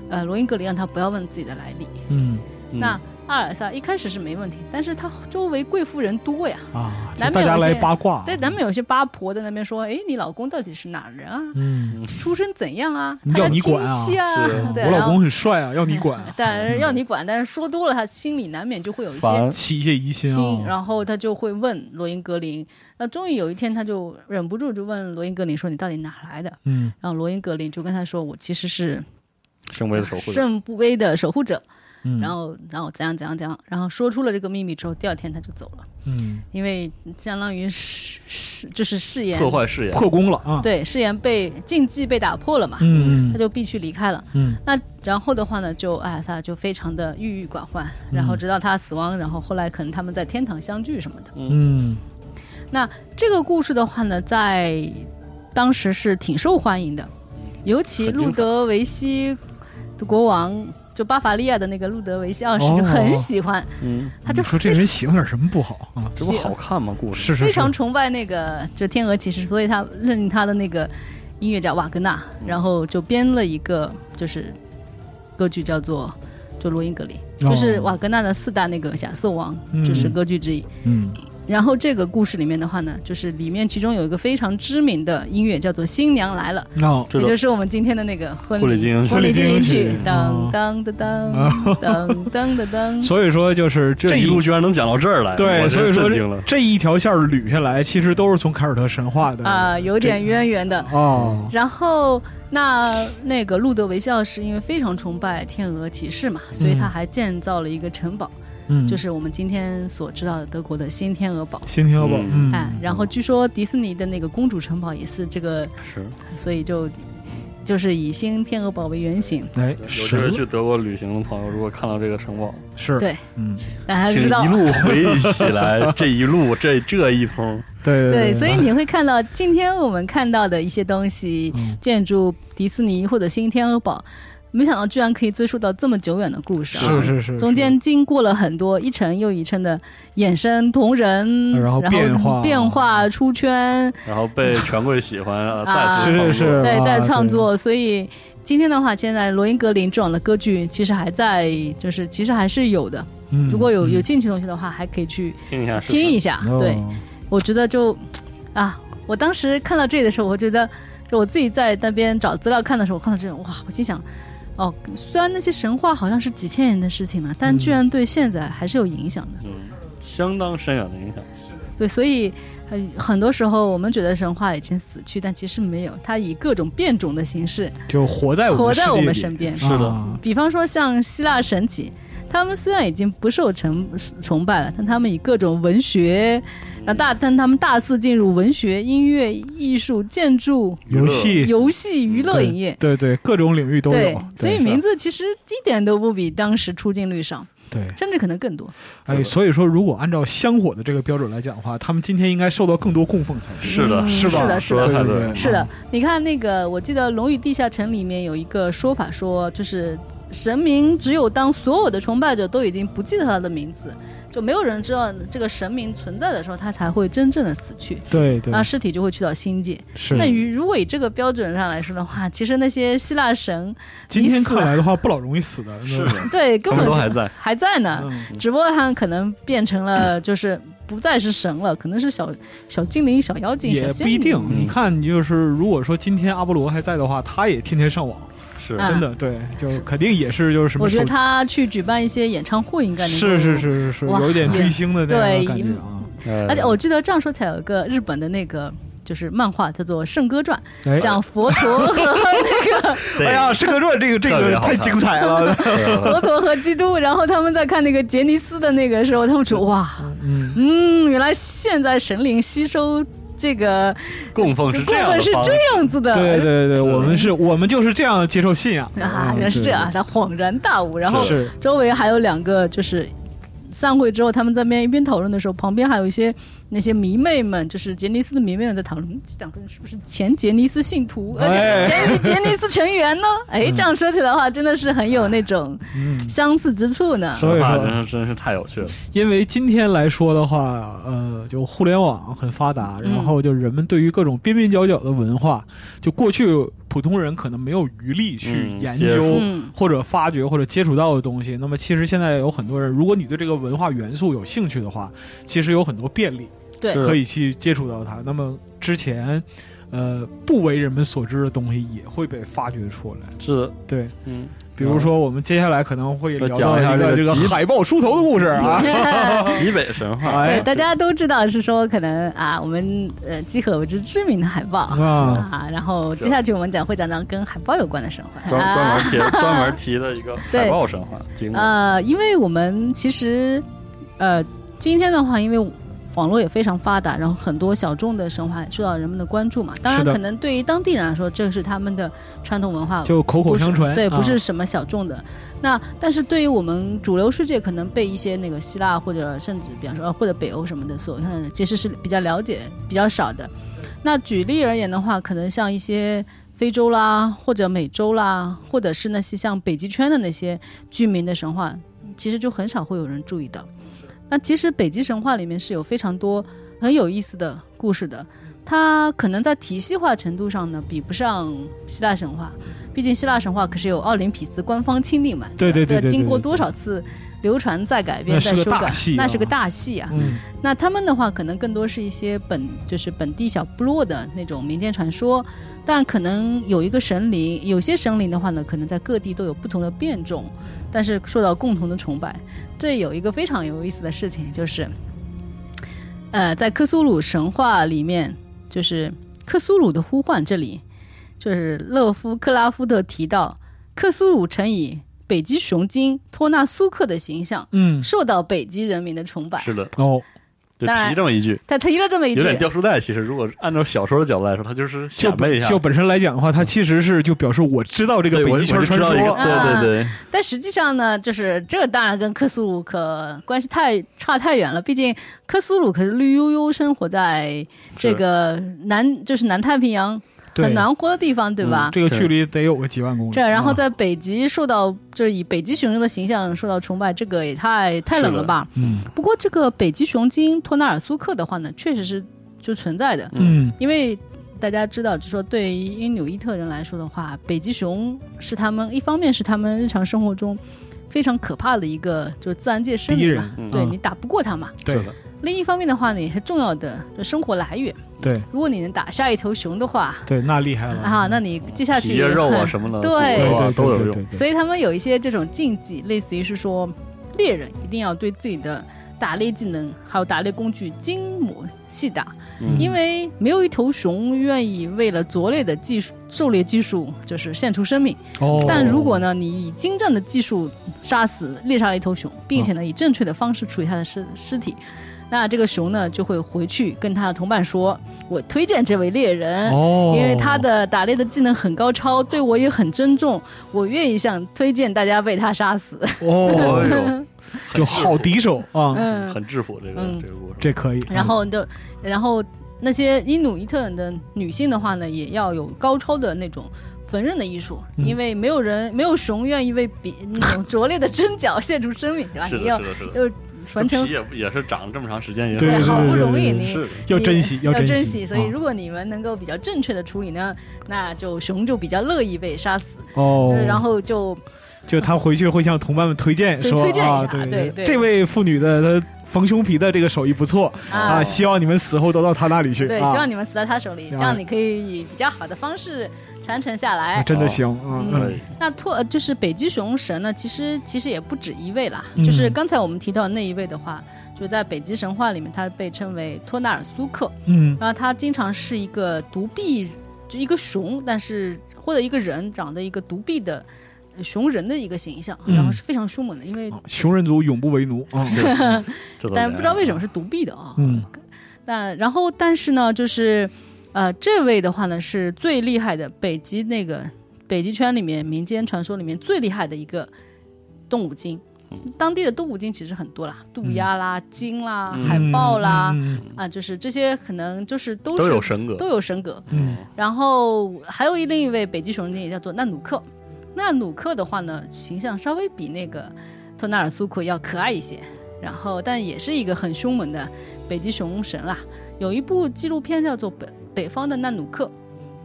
Speaker 4: 呃，罗英格里让他不要问自己的来历。
Speaker 3: 嗯
Speaker 4: 那阿尔萨一开始是没问题，但是他周围贵妇人多呀，
Speaker 3: 啊，就
Speaker 4: 难免
Speaker 3: 大家
Speaker 4: 有
Speaker 3: 来
Speaker 4: 些
Speaker 3: 八卦。啊
Speaker 4: 但难免有些八婆在那边说：“哎，你老公到底是哪儿人啊？
Speaker 3: 嗯，
Speaker 4: 出身怎样啊？
Speaker 3: 你
Speaker 4: 他
Speaker 3: 要
Speaker 4: 的
Speaker 3: 你
Speaker 4: 亲
Speaker 3: 管啊
Speaker 4: 戚啊
Speaker 2: 是
Speaker 4: 对，
Speaker 3: 我
Speaker 4: 然
Speaker 3: 老
Speaker 4: 后
Speaker 3: 公很帅啊，要你管啊，
Speaker 4: 但是要你管，但是说多了，他心里难免就会有一些
Speaker 2: 烦
Speaker 3: 起一些疑心
Speaker 4: 心，
Speaker 3: 啊。
Speaker 4: 然后他就会问罗英格林。那终于有一天，他就忍不住就问罗英格林说：“你到底哪来的
Speaker 3: 嗯？”
Speaker 4: 然后罗英格林就跟他说：“我其实是
Speaker 2: 圣杯的守护者，
Speaker 4: 圣不威的守护者。
Speaker 3: 嗯，
Speaker 4: 然后，然后怎样怎样怎样，然后说出了这个秘密之后，第二天他就走了，
Speaker 3: 嗯，
Speaker 4: 因为相当于誓誓就是誓言，
Speaker 2: 破坏誓言，
Speaker 3: 破功了啊。
Speaker 4: 对誓言被禁忌被打破了嘛，
Speaker 3: 嗯
Speaker 4: 他就必须离开了。
Speaker 3: 嗯
Speaker 4: 那然后的话呢，就艾尔萨就非常的郁郁寡欢，然
Speaker 2: 嗯
Speaker 4: 后直到他死亡，然后后来可能他们在天堂相聚什么的。
Speaker 3: 嗯
Speaker 4: 那这个故事的话呢，在当时是挺受欢迎的，尤其
Speaker 2: 很精彩
Speaker 4: 路德维希的国王，就巴伐利亚的那个路德维希二世
Speaker 3: 哦
Speaker 4: 就很喜欢，
Speaker 2: 嗯，
Speaker 4: 他
Speaker 3: 你
Speaker 4: 就
Speaker 3: 说这人喜欢点什么不好啊？
Speaker 2: 这不好看吗？故事
Speaker 3: 是是
Speaker 4: 非
Speaker 3: 是
Speaker 4: 常崇拜那个就天鹅骑士，所以他任命他的那个音乐家瓦格纳，然后就编了一个就是歌剧叫做就《罗英格里》，就是
Speaker 3: 哦
Speaker 4: 瓦格纳的四大那个亚瑟王，
Speaker 3: 嗯
Speaker 4: 就是歌剧之一。
Speaker 3: 嗯
Speaker 4: 然后这个故事里面的话呢，就是里面其中有一个非常知名的音乐叫做《新娘来了》。
Speaker 3: 哦
Speaker 2: 这
Speaker 4: 也
Speaker 2: 种
Speaker 4: 就是我们今天的那个婚
Speaker 2: 婚礼进行
Speaker 4: 礼
Speaker 2: 曲
Speaker 4: 婚礼进行
Speaker 3: 婚礼进
Speaker 4: 曲
Speaker 3: 行曲，
Speaker 4: 当当当当当当当当。
Speaker 3: 所以说 就是这
Speaker 2: 这一路居然能讲到这儿来，
Speaker 3: 对，
Speaker 2: 哎我
Speaker 3: 所以
Speaker 2: 真
Speaker 3: 说
Speaker 2: 震惊了。
Speaker 3: 这一条线儿捋下来，其实都是从凯尔特神话的
Speaker 4: 啊，有点渊源的，
Speaker 3: 哦，
Speaker 4: 然后那那个路德维希二世因为非常崇拜天鹅骑士嘛，所以他还建造了一个城堡，
Speaker 3: 嗯，
Speaker 4: 就是我们今天所知道的德国的新天鹅堡。
Speaker 3: 新天鹅堡，
Speaker 2: 嗯
Speaker 3: 嗯，
Speaker 4: 哎，然后据说迪士尼的那个公主城堡也是这个，
Speaker 2: 是，
Speaker 4: 所以就就是以新天鹅堡为原型。
Speaker 3: 哎，
Speaker 2: 有机会
Speaker 3: 神
Speaker 2: 去德国旅行的朋友，如果看到这个城堡，
Speaker 3: 是，
Speaker 4: 对，
Speaker 3: 嗯，
Speaker 4: 大家
Speaker 2: 请
Speaker 4: 知道
Speaker 2: 一。路回忆起来，这一路这这一通，
Speaker 3: 对对，
Speaker 4: 对，所以你会看到今天我们看到的一些东西，
Speaker 3: 嗯
Speaker 4: 建筑迪士尼或者新天鹅堡，没想到居然可以追溯到这么久远的故事啊！
Speaker 3: 是是是，
Speaker 4: 中间经过了很多一层又一层的衍生同人，
Speaker 3: 呃然后变化
Speaker 4: 变化出圈，
Speaker 2: 然后被权贵喜欢，呃
Speaker 4: 啊
Speaker 2: 再次
Speaker 3: 是是
Speaker 2: 创作
Speaker 3: 是
Speaker 4: 对，
Speaker 3: 啊
Speaker 4: 在创作。所以今天的话，现在罗英格林这样的歌剧其实还在，就是其实还是有的。
Speaker 3: 嗯
Speaker 4: 如果有有
Speaker 3: 嗯
Speaker 4: 兴趣的同学的话，还可以去
Speaker 2: 听一下试试，
Speaker 4: 听一下。
Speaker 3: 哦
Speaker 4: 对，我觉得就啊，我当时看到这里的时候，我觉得就我自己在那边找资料看的时候，我看到这哇，我心想。哦，虽然那些神话好像是几千年的事情嘛，
Speaker 3: 嗯
Speaker 4: 但居然对现在还是有影响的。
Speaker 2: 嗯，相当深远的影响。
Speaker 4: 对，所以很很多时候我们觉得神话已经死去，但其实没有，它以各种变种的形式
Speaker 3: 就活在
Speaker 4: 活在我们身
Speaker 3: 身
Speaker 4: 边。
Speaker 2: 是的
Speaker 4: 比方说像希腊神祇，他们虽然已经不受崇崇拜了，但他们以各种文学，让大但他们大肆进入文学、音乐、艺术、建筑、
Speaker 3: 游戏
Speaker 4: 游戏、娱乐
Speaker 3: 对
Speaker 4: 影业。
Speaker 3: 对对，各种领域都
Speaker 4: 对
Speaker 3: 有，，
Speaker 4: 所
Speaker 3: 对
Speaker 4: 以名字其实一点都不比当时出镜率少，
Speaker 3: 对。
Speaker 4: 甚至可能更多。
Speaker 3: 哎，所以说，如果按照香火的这个标准来讲的话，他们今天应该受到更多供奉才对，
Speaker 2: 是的，
Speaker 3: 是吧？
Speaker 4: 是的是的
Speaker 3: 对对
Speaker 2: 是
Speaker 3: 对
Speaker 2: 的
Speaker 4: 是的，你看那个，我记得《龙与地下城》里面有一个说法说，就是神明只有当所有的崇拜者都已经不记得他的名字，就没有人知道这个神明存在的时候，他才会真正的死去，
Speaker 3: 对对
Speaker 4: 那，尸体就会去到新界。
Speaker 3: 是。
Speaker 4: 啊那与如果以这个标准上来说的话，其实那些希腊神
Speaker 3: 今天
Speaker 4: 你死
Speaker 3: 看
Speaker 4: 了
Speaker 3: 来的话，不老容易死的，
Speaker 2: 是的，
Speaker 4: 对根
Speaker 2: 他们
Speaker 4: 本
Speaker 2: 都
Speaker 4: 就
Speaker 2: 还在。
Speaker 4: 还在呢，
Speaker 3: 嗯，
Speaker 4: 只不过他们可能变成了就是不再是神了，可能是小小精灵、小妖精、小
Speaker 3: 也
Speaker 4: 仙
Speaker 3: 不一
Speaker 4: 女
Speaker 3: 定。
Speaker 2: 嗯
Speaker 3: 你看，就是如果说今天阿波罗还在的话，他也天天上网，
Speaker 2: 是
Speaker 4: 啊
Speaker 3: 真的对，就是肯定也是就是什么
Speaker 4: 我
Speaker 3: 手。
Speaker 4: 觉得他去举办一些演唱会应该能够
Speaker 3: 是是是是是，
Speaker 4: 哇
Speaker 3: 有一点追星的那种
Speaker 4: 对
Speaker 3: 感觉啊。
Speaker 4: 而
Speaker 2: 而
Speaker 4: 且我记得这样说起来，有一个日本的那个就是漫画叫做《圣歌传
Speaker 3: 哎》，，
Speaker 4: 讲佛陀和那个
Speaker 3: 哎呀，《圣歌传》这个这
Speaker 2: 特别
Speaker 3: 个
Speaker 2: 好看
Speaker 3: 太精彩了。
Speaker 4: 佛陀和基督，然后他们在看那个杰尼斯的那个时候，他们说哇，
Speaker 3: 嗯，
Speaker 4: 嗯，原来现在神灵吸收这个
Speaker 2: 供奉是
Speaker 4: 部
Speaker 2: 这样
Speaker 4: 分
Speaker 2: 的
Speaker 4: 是
Speaker 2: 方式
Speaker 4: 这，样子的，
Speaker 3: 对对对对，我们是我们就是这样接受 信仰的
Speaker 4: 啊，原来是这样，，他恍然大悟，然后
Speaker 3: 是
Speaker 4: 周围还有两个就是散会之后，他们在边一边讨论的时候，旁边还有一些那些迷妹们，就是杰尼斯的迷妹们在讨论，嗯这两个人是不是前杰尼斯信徒，而且杰尼杰尼斯成员呢？哎，这样说起来的话，真的是很有那种
Speaker 3: 嗯，
Speaker 4: 相似之处呢。
Speaker 3: 所以
Speaker 2: 那
Speaker 3: 说
Speaker 2: 真是真是太有趣了。
Speaker 3: 因为今天来说的话，呃，就互联网很发达，
Speaker 4: 嗯
Speaker 3: 然后就人们对于各种边边角角的文化，就过去普通人可能没有余力去
Speaker 2: 嗯
Speaker 3: 研
Speaker 2: 接触
Speaker 3: 究
Speaker 4: 嗯
Speaker 3: 或者发掘或者接触到的东西。那么其实现在有很多人，如果你对这个文化元素有兴趣的话，其实有很多便利
Speaker 4: 对
Speaker 2: 是
Speaker 3: 可以去接触到它。那么之前。呃，不为人们所知的东西也会被发掘出来。
Speaker 2: 是的，
Speaker 3: 对，
Speaker 2: 嗯，
Speaker 3: 比如说我们接下来可能会
Speaker 2: 再
Speaker 3: 聊
Speaker 2: 讲
Speaker 3: 到
Speaker 2: 一下
Speaker 3: 一
Speaker 2: 这个
Speaker 3: 个这个
Speaker 2: 吉
Speaker 3: 海豹梳头的故事 啊。
Speaker 2: 极北神话，
Speaker 3: 哎
Speaker 4: 对，大家都知道是说可能啊，我们呃集合为之知名的海豹
Speaker 3: 啊
Speaker 4: 啊，然后接下去我们讲会讲讲跟海豹有关的神话
Speaker 2: 专专
Speaker 4: 啊，
Speaker 2: 门提专门提的一个海
Speaker 4: 对
Speaker 2: 豹神话经过，
Speaker 4: 呃，因为我们其实呃今天的话，因为。网络也非常发达，然后很多小众的神话也受到人们的关注嘛。当然，
Speaker 3: 是的
Speaker 4: 可能对于当地人来说，这是他们的传统文化
Speaker 3: 就口口相传，啊
Speaker 4: 对，呃不是什么小众的。那但是对于我们主流世界，可能被一些那个希腊或者甚至比方说呃或者北欧什么的所看，其实是比较了解比较少的。那举例而言的话，可能像一些非洲啦，或者美洲啦，或者是那些像北极圈的那些居民的神话，其实就很少会有人注意到。那其实北极神话里面是有非常多很有意思的故事的，它可能在体系化程度上呢，比不上希腊神话，毕竟希腊神话可是有奥林匹斯官方钦定嘛，
Speaker 3: 对对
Speaker 4: 吧
Speaker 3: 对对
Speaker 4: 这经过
Speaker 3: 对对
Speaker 4: 多少次流传再改编
Speaker 3: 那是
Speaker 4: 再
Speaker 3: 个
Speaker 4: 修
Speaker 3: 大
Speaker 4: 改
Speaker 3: 戏，
Speaker 4: 那
Speaker 3: 啊
Speaker 4: 是个大戏啊。
Speaker 3: 嗯，
Speaker 4: 那他们的话，可能更多是一些本就是本地小部落的那种民间传说，但可能有一个神灵，有些神灵的话呢，可能在各地都有不同的变种，但是受到共同的崇拜。这有一个非常有意思的事情，就是，呃，在克苏鲁神话里面，就是克苏鲁的呼唤这里，就是勒夫克拉夫特提到，克苏鲁曾以北极熊精托纳苏克的形象
Speaker 3: 嗯，
Speaker 4: 受到北极人民的崇拜。
Speaker 2: 是的，
Speaker 3: 哦，
Speaker 2: 就
Speaker 4: 当然
Speaker 2: 提这么一句，
Speaker 4: 他提了这么一句，
Speaker 2: 有点掉书袋。其实如果按照小说的角度来说，它就是显摆一下
Speaker 3: 就。本身来讲的话，它其实是就表示我知道这个
Speaker 2: 对，我
Speaker 3: 北极
Speaker 2: 就我
Speaker 3: 圈
Speaker 2: 就
Speaker 3: 传
Speaker 2: 知道一个，
Speaker 3: 说，
Speaker 2: 对对对，
Speaker 4: 但实际上呢，就是这个当然跟克苏鲁可关系太差太远了，毕竟克苏鲁可是绿油油生活在这个南，就是南太平洋
Speaker 3: 对嗯
Speaker 4: 很暖和的地方，对吧？
Speaker 3: 这个距离得有个几万公里。
Speaker 4: 这然后
Speaker 3: 啊
Speaker 4: 在北极受到，就是以北极熊的形象受到崇拜，这个也太太冷了吧？
Speaker 3: 嗯
Speaker 4: 不过这个北极熊精托纳尔苏克的话呢，确实是就存在的，
Speaker 3: 嗯
Speaker 4: 因为大家知道，就说对于因纽伊特人来说的话，北极熊是他们一方面是他们日常生活中非常可怕的一个就是自然界生
Speaker 3: 敌
Speaker 4: 灵
Speaker 3: 人
Speaker 4: 嘛，
Speaker 2: 嗯
Speaker 4: 对
Speaker 3: 嗯
Speaker 4: 你打不过它嘛。
Speaker 3: 对
Speaker 2: 是的
Speaker 4: 另一方面的话呢，也是重要的就生活来源。
Speaker 3: 对
Speaker 4: 如果你能打下一头熊的话，
Speaker 3: 对，那厉害了
Speaker 4: 啊，那你接下去
Speaker 2: 皮啊嗯肉啊
Speaker 4: 很
Speaker 2: 什么的，
Speaker 4: 对
Speaker 3: 对
Speaker 2: 骨头啊
Speaker 3: 对
Speaker 2: 都有
Speaker 3: 对对
Speaker 2: 用。
Speaker 3: 对，
Speaker 4: 所以他们有一些这种禁忌，类似于是说，猎人一定要对自己的打猎技能还有打猎工具精磨细打，
Speaker 2: 嗯
Speaker 4: 因为没有一头熊愿意为了拙劣的技术、狩猎技术就是献出生命。
Speaker 3: 哦，
Speaker 4: 但如果呢，你以精湛的技术杀死、猎杀了一头熊，并
Speaker 3: 啊
Speaker 4: 且呢，以正确的方式处理它的尸尸体。那这个熊呢，就会回去跟他的同伴说：“我推荐这位猎人，
Speaker 3: 哦，
Speaker 4: 因为他的打猎的技能很高超，对我也很尊重，我愿意向推荐大家被他杀死。
Speaker 3: 哦
Speaker 2: 哎呦，
Speaker 3: 就好敌手啊，
Speaker 4: 嗯，
Speaker 2: 很制服这个
Speaker 4: 嗯
Speaker 2: 这个故事。
Speaker 3: 这可以。
Speaker 4: 然后就，然后那些因努伊特人的女性的话呢，也要有高超的那种。缝纫的艺术，
Speaker 3: 嗯
Speaker 4: 因为没有人、没有熊愿意为比那种拙劣的针脚献出生命，对吧？
Speaker 2: 是
Speaker 4: 你
Speaker 2: 的，
Speaker 4: 要
Speaker 2: 是的，是的。
Speaker 4: 就缝成
Speaker 2: 皮也不也是长了这么长时间，也
Speaker 3: 对对对
Speaker 4: 好不容
Speaker 3: 对对对
Speaker 4: 易你
Speaker 2: 是的
Speaker 3: 嗯要珍惜
Speaker 4: 你
Speaker 3: 要
Speaker 4: 要
Speaker 3: 珍惜
Speaker 4: 所以
Speaker 3: 啊
Speaker 4: 如果你们能够比较正确的处理呢，那就熊就比较乐意被杀死，
Speaker 3: 哦，
Speaker 4: 然后就
Speaker 3: 就他回去会向同伴们推荐
Speaker 4: 对
Speaker 3: 说
Speaker 4: 推荐一下
Speaker 3: 啊，
Speaker 4: 对对
Speaker 3: 这位妇女的她缝胸皮的这个手艺不错啊，
Speaker 4: 啊
Speaker 3: 希望你们死后都到她那里去。
Speaker 4: 对，
Speaker 3: 啊
Speaker 4: 希望你们死在他手里，
Speaker 3: 啊
Speaker 4: 这样你可以以比较好的方式传承下来
Speaker 3: 啊。真的行啊，
Speaker 4: 嗯
Speaker 2: 可
Speaker 3: 嗯
Speaker 2: 以
Speaker 4: 那托呃就是北极熊神呢，其实其实也不止一位啦，
Speaker 3: 嗯
Speaker 4: 就是刚才我们提到那一位的话，就在北极神话里面，他被称为托纳尔苏克，
Speaker 3: 嗯
Speaker 4: 然后他经常是一个独臂，就一个熊，但是或者一个人长得一个独臂的。呃熊人的一个形象，
Speaker 3: 嗯哦
Speaker 4: 然后是非常凶猛的，因为
Speaker 3: 啊熊人族永不为奴啊，
Speaker 2: 是 的，这都
Speaker 4: 但
Speaker 2: 这
Speaker 4: 不知道
Speaker 2: 样
Speaker 4: 为什么是独臂的啊。
Speaker 3: 嗯
Speaker 4: 那然后，但是呢，就是，呃，这位的话呢是最厉害的北极那个北极圈里面民间传说里面最厉害的一个动物精，
Speaker 2: 嗯
Speaker 4: 当地的动物鲸其实很多啦，渡鸦啦、鲸啦、
Speaker 2: 嗯
Speaker 4: 海豹啦，
Speaker 3: 嗯
Speaker 4: 啊，就是这些可能就是都是
Speaker 2: 都有神格，
Speaker 4: 都有神格。
Speaker 3: 嗯
Speaker 4: 然后还有一另一位北极熊鲸也叫做纳努克，纳努克的话呢，形象稍微比那个托纳尔苏库要可爱一些，然后但也是一个很凶猛的北极熊神啦。有一部纪录片叫做《北北方的纳努克》，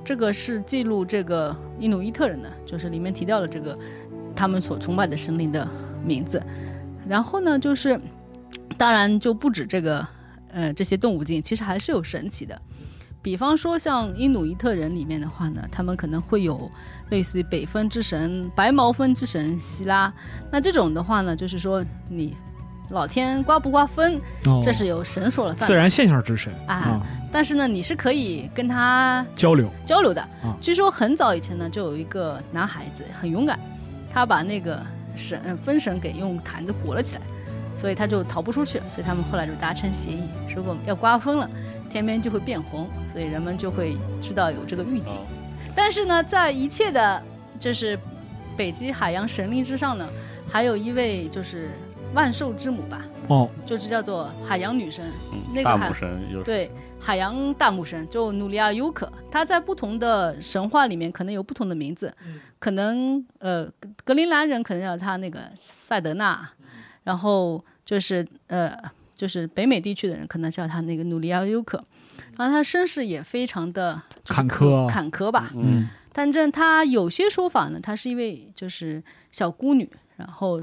Speaker 4: 这个是记录这个印努伊特人的，就是里面提到了这个他们所崇拜的神灵的名字。然后呢，就是当然就不止这个，呃，这些动物镜，其实还是有神奇的。比方说，像因努伊特人里面的话呢，他们可能会有类似于北分之神、白毛分之神希拉。那这种的话呢，就是说你老天瓜不瓜分，
Speaker 3: 哦
Speaker 4: 嗯这是由神说了算
Speaker 3: 自
Speaker 4: 的。
Speaker 3: 然现象之神
Speaker 4: 啊
Speaker 3: 啊，
Speaker 4: 但是呢，你是可以跟他
Speaker 3: 交流
Speaker 4: 交流的。
Speaker 2: 嗯
Speaker 3: 啊
Speaker 4: 据说很早以前呢，就有一个男孩子很勇敢，他把那个绳呃风绳给用坛子裹了起来，所以他就逃不出去。所以他们后来就达成协议，如果要刮风了，天边就会变红，所以人们就会知道有这个
Speaker 2: 嗯
Speaker 4: 预
Speaker 2: 哦
Speaker 4: 警。但是呢，在一切的就是北极海洋神灵之上呢，还有一位就是万兽之母吧，
Speaker 3: 哦，
Speaker 4: 就是叫做海洋女神，那个
Speaker 2: 大
Speaker 4: 海
Speaker 2: 母神有
Speaker 4: 对，海洋大母神就努利亚尤可，她在不同的神话里面可能有不同的名字，可能呃格格陵兰人可能叫她那个赛德娜，然后就是呃就是北美地区的人可能叫她那个努利亚尤可，然后她身世也非常的
Speaker 3: 坎坷
Speaker 4: 坎坷吧，
Speaker 3: 嗯
Speaker 4: 但正她有些说法呢，她是一位就是小孤女，然后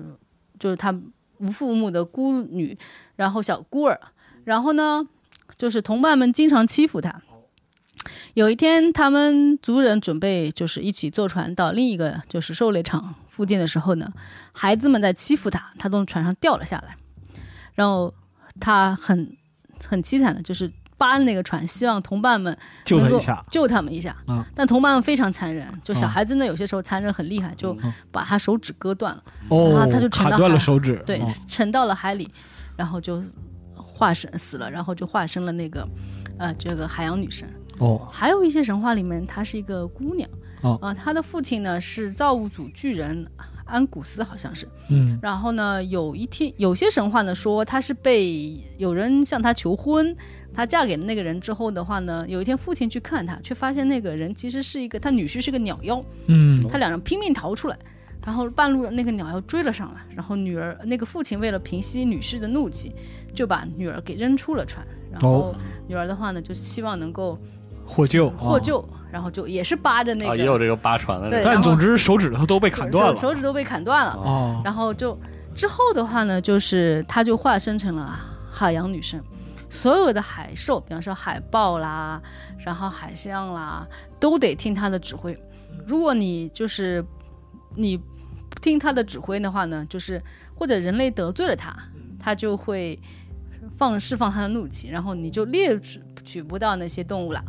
Speaker 4: 就是她无父无母的孤女，然后小孤儿，然后呢，就是同伴们经常欺负她。有一天，他们族人准备就是一起坐船到另一个就是狩猎场附近的时候呢，孩子们在欺负她，她从船上掉了下来，然后她很很凄惨的，就是扒着那个船，希望同伴们
Speaker 3: 救他
Speaker 4: 能够
Speaker 3: 一下，
Speaker 4: 救他们一下。
Speaker 3: 啊
Speaker 4: 但同伴们非常残忍，就小
Speaker 3: 啊
Speaker 4: 孩真的有些时候残忍很厉害，就
Speaker 3: 嗯
Speaker 4: 把他手指割断了，
Speaker 3: 哦
Speaker 4: 啊，他就沉到
Speaker 3: 砍断了
Speaker 4: 海
Speaker 3: 手指，
Speaker 4: 对
Speaker 3: 哦，
Speaker 4: 沉到了海里，然后就化身死了，然后就化身了那个，呃，这个海洋女神。
Speaker 3: 哦
Speaker 4: 还有一些神话里面，她是一个姑娘，
Speaker 3: 哦
Speaker 4: 啊，她的父亲呢是造物主巨人安古斯，好像是。
Speaker 3: 嗯
Speaker 4: 然后呢，有一天有些神话呢说她是被有人向她求婚，她嫁给了那个人之后的话呢，有一天父亲去看她，却发现那个人其实是一个她女婿是个鸟妖，
Speaker 3: 嗯
Speaker 4: 他两人拼命逃出来，然后半路那个鸟妖追了上来，然后女儿那个父亲为了平息女婿的怒气，就把女儿给扔出了船，然后
Speaker 3: 哦
Speaker 4: 女儿的话呢，就希望能够
Speaker 3: 获救
Speaker 4: 获
Speaker 3: 啊
Speaker 4: 救，然后就也是扒着那
Speaker 2: 啊，
Speaker 4: 个，
Speaker 2: 也有这个扒船的
Speaker 4: 对
Speaker 2: 人，
Speaker 4: 然
Speaker 3: 但
Speaker 4: 后
Speaker 3: 总之手指头都被
Speaker 4: 手
Speaker 3: 砍断
Speaker 4: 手
Speaker 3: 了
Speaker 4: 指都被砍断了，
Speaker 3: 哦，
Speaker 4: 然后就之后的话呢，就是她就化身成了海啊洋女神，所有的海兽，比方说海豹啦，然后海象啦，都得听她的指挥。如果你就是你不听她的指挥的话呢，就是或者人类得罪了她，她就会放释放她的怒气，然后你就猎取不到那些动物了。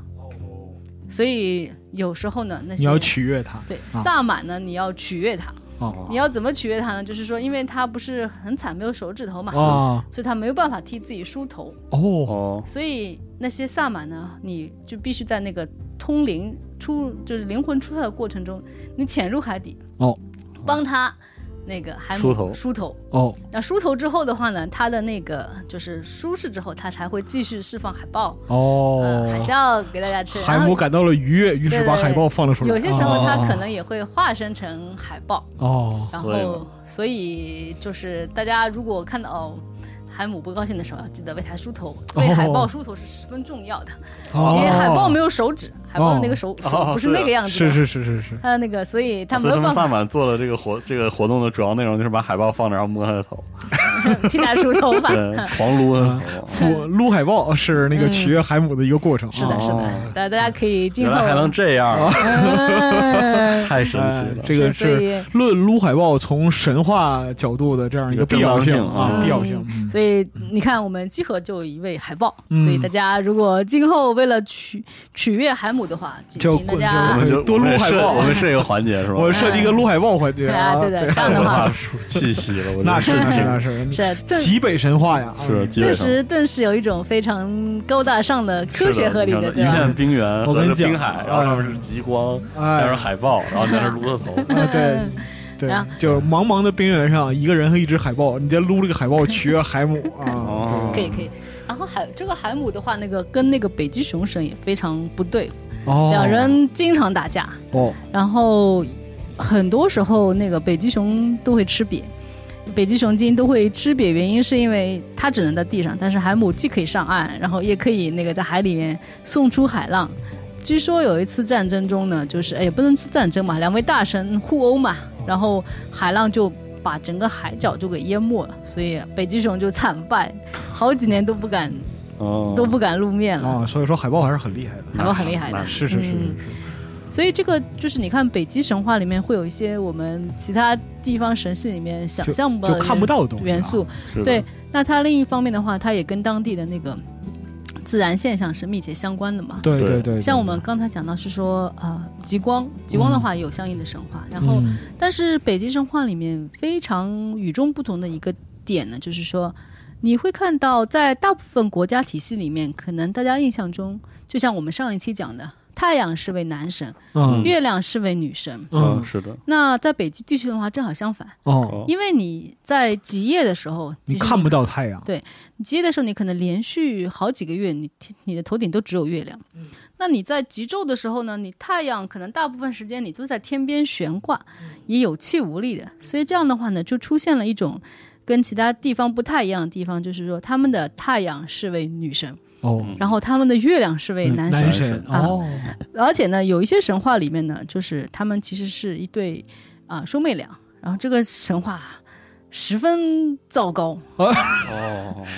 Speaker 4: 所以有时候呢，那些
Speaker 3: 你要取悦他，
Speaker 4: 对
Speaker 3: 啊
Speaker 4: 萨满呢，你要取悦他。
Speaker 3: 哦
Speaker 4: 你要怎么取悦他呢？就是说，因为他不是很惨，没有手指头嘛，
Speaker 3: 哦
Speaker 4: 所以他没有办法替自己梳头，
Speaker 3: 哦
Speaker 2: 哦，
Speaker 4: 所以那些萨满呢，你就必须在那个通灵出，就是灵魂出窍的过程中，你潜入海底，
Speaker 3: 哦
Speaker 4: 帮他那个海
Speaker 2: 梳头
Speaker 4: 梳头。
Speaker 3: 哦
Speaker 4: 那梳头之后的话呢，他的那个就是舒适之后，他才会继续释放海豹、呃、海
Speaker 3: 哦，
Speaker 4: 啸给大家吃。
Speaker 3: 海
Speaker 4: 然
Speaker 3: 姆
Speaker 4: 后
Speaker 3: 感到了愉悦，于是
Speaker 4: 对
Speaker 3: 把
Speaker 4: 对
Speaker 3: 海豹放了出来。
Speaker 4: 有些时候他
Speaker 3: 哦
Speaker 4: 可能也会化身成海豹。
Speaker 3: 哦
Speaker 4: 然
Speaker 2: 所以嘛
Speaker 4: 后，所以就是大家如果看到海姆不高兴的时候，要记得为它梳头，为海豹梳头是十分重要的，
Speaker 3: 哦，
Speaker 4: 因为海豹没有手指，海豹的那个手、
Speaker 2: 哦
Speaker 4: 手不是那个样子的，
Speaker 3: 是是是是是，
Speaker 4: 它的那个，所以啊它没
Speaker 2: 所以他
Speaker 4: 有
Speaker 2: 们
Speaker 4: 办
Speaker 2: 萨
Speaker 4: 法
Speaker 2: 满做了这个活这个活动的主要内容就是把海豹放那儿，然后摸他的 头，
Speaker 4: 替它梳头发。
Speaker 2: 对，狂撸
Speaker 3: 嗯
Speaker 2: 他的头。
Speaker 3: 我撸海豹是那个取悦海姆的一个过程。
Speaker 4: 是的，
Speaker 3: 啊
Speaker 4: 是的，大家大家可以今
Speaker 2: 原
Speaker 4: 后
Speaker 2: 来 还能这样，
Speaker 4: 嗯
Speaker 2: 太神
Speaker 3: 哦哎
Speaker 2: 奇了！
Speaker 3: 这个
Speaker 4: 是所以
Speaker 3: 是论撸海豹从神话角度的这样一个必要性
Speaker 2: 一
Speaker 3: 啊，
Speaker 2: 个
Speaker 3: 必
Speaker 2: 必
Speaker 3: 要
Speaker 4: 要
Speaker 3: 性
Speaker 4: 性。
Speaker 3: 嗯
Speaker 4: 所以你看，我们集合就有一位海豹，
Speaker 3: 嗯
Speaker 4: 所以大家如果今后为了取取悦海姆的话，
Speaker 3: 就
Speaker 4: 请大
Speaker 2: 我
Speaker 3: 就
Speaker 4: 家
Speaker 2: 们就
Speaker 3: 多
Speaker 2: 我们
Speaker 3: 撸海
Speaker 2: 设
Speaker 3: 豹
Speaker 2: 我们设一个环节是吧？
Speaker 3: 我设计一个撸海豹环节
Speaker 4: 对啊，对的，这样的
Speaker 2: 文
Speaker 4: 话
Speaker 2: 化书气息了，我
Speaker 3: 那是那是
Speaker 2: 是
Speaker 3: 那是
Speaker 4: 是正
Speaker 3: 极北神话呀，啊
Speaker 2: 是，基本
Speaker 4: 顿
Speaker 2: 上
Speaker 4: 时顿时有一种非常高大上的科学合理
Speaker 2: 是
Speaker 4: 的，
Speaker 2: 你
Speaker 4: 对
Speaker 2: 看一
Speaker 4: 吧？
Speaker 2: 片冰原
Speaker 3: 我
Speaker 2: 和
Speaker 3: 跟你
Speaker 2: 着
Speaker 3: 讲
Speaker 2: 冰海，然后上面是极光，
Speaker 3: 哎
Speaker 2: 那是海豹，然后在那儿撸他头，
Speaker 3: 啊对对
Speaker 4: 嗯然后，
Speaker 3: 就是茫茫的冰原上，一个人和一只海豹，你在撸这个海豹取悦海母啊
Speaker 2: 哦，
Speaker 4: 可以可以。然后海这个海母的话，那个跟那个北极熊神也非常不对付，
Speaker 3: 对哦，
Speaker 4: 两人经常打架，
Speaker 3: 哦，
Speaker 4: 然后很多时候那个北极熊都会吃瘪。北极熊鲸都会吃瘪，原因是因为它只能在地上，但是海母既可以上岸，然后也可以那个在海里面送出海浪。据说有一次战争中呢，就是哎也不能说战争嘛，两位大神互殴嘛， 然后海浪就把整个海角就给淹没了，所以北极熊就惨败，好几年都不敢
Speaker 2: 哦，
Speaker 4: 都不敢露 面了，
Speaker 3: 啊，所以说海豹还是很厉害
Speaker 2: 嗯
Speaker 3: 的，
Speaker 4: 海豹很厉害的
Speaker 2: 那。
Speaker 3: 是是是是
Speaker 4: 嗯所以这个就是你看北极神话里面会有一些我们其他地方神系里面想
Speaker 3: 是，
Speaker 4: 象
Speaker 3: 就
Speaker 4: 不到
Speaker 3: 就
Speaker 4: 的
Speaker 3: 看不到的东西啊
Speaker 4: 元素。
Speaker 2: 嗯是的
Speaker 4: 对，那它另一方面的话，它也跟当地的那个自然现象是密切相关的嘛。
Speaker 3: 对对
Speaker 2: 对
Speaker 3: 对对，
Speaker 4: 像我们刚才讲到是说，呃，极光，极光的话也有相应的神话。然后，
Speaker 3: 嗯
Speaker 4: 但是北极神话里面非常与众不同的一个点呢，就是说，你会看到在大部分国家体系里面，可能大家印象中，就像我们上一期讲的，太阳是为男神，
Speaker 3: 嗯
Speaker 4: 月亮是为女神。
Speaker 2: 嗯，
Speaker 3: 嗯
Speaker 2: 是的，
Speaker 4: 那在北极地区的话，正好相反，
Speaker 3: 哦，
Speaker 4: 因为你在极夜的时候，
Speaker 3: 你
Speaker 4: 就是
Speaker 3: 看不到太阳，
Speaker 4: 你极夜的时候，你可能连续好几个月，你你的头顶都只有月亮。
Speaker 3: 嗯
Speaker 4: 那你在极昼的时候呢，你太阳可能大部分时间你都在天边悬挂，
Speaker 3: 嗯
Speaker 4: 也有气无力的。所以这样的话呢，就出现了一种跟其他地方不太一样的地方，就是说他们的太阳是为女神，
Speaker 3: 哦，
Speaker 2: 嗯
Speaker 4: 然后他们的月亮是为
Speaker 3: 嗯
Speaker 4: 男神
Speaker 3: 男。
Speaker 2: 神
Speaker 4: 啊
Speaker 3: 哦，
Speaker 4: 而且呢，有一些神话里面呢，就是他们其实是一对啊、兄妹俩，然后这个神话十分糟糕，
Speaker 2: 哦，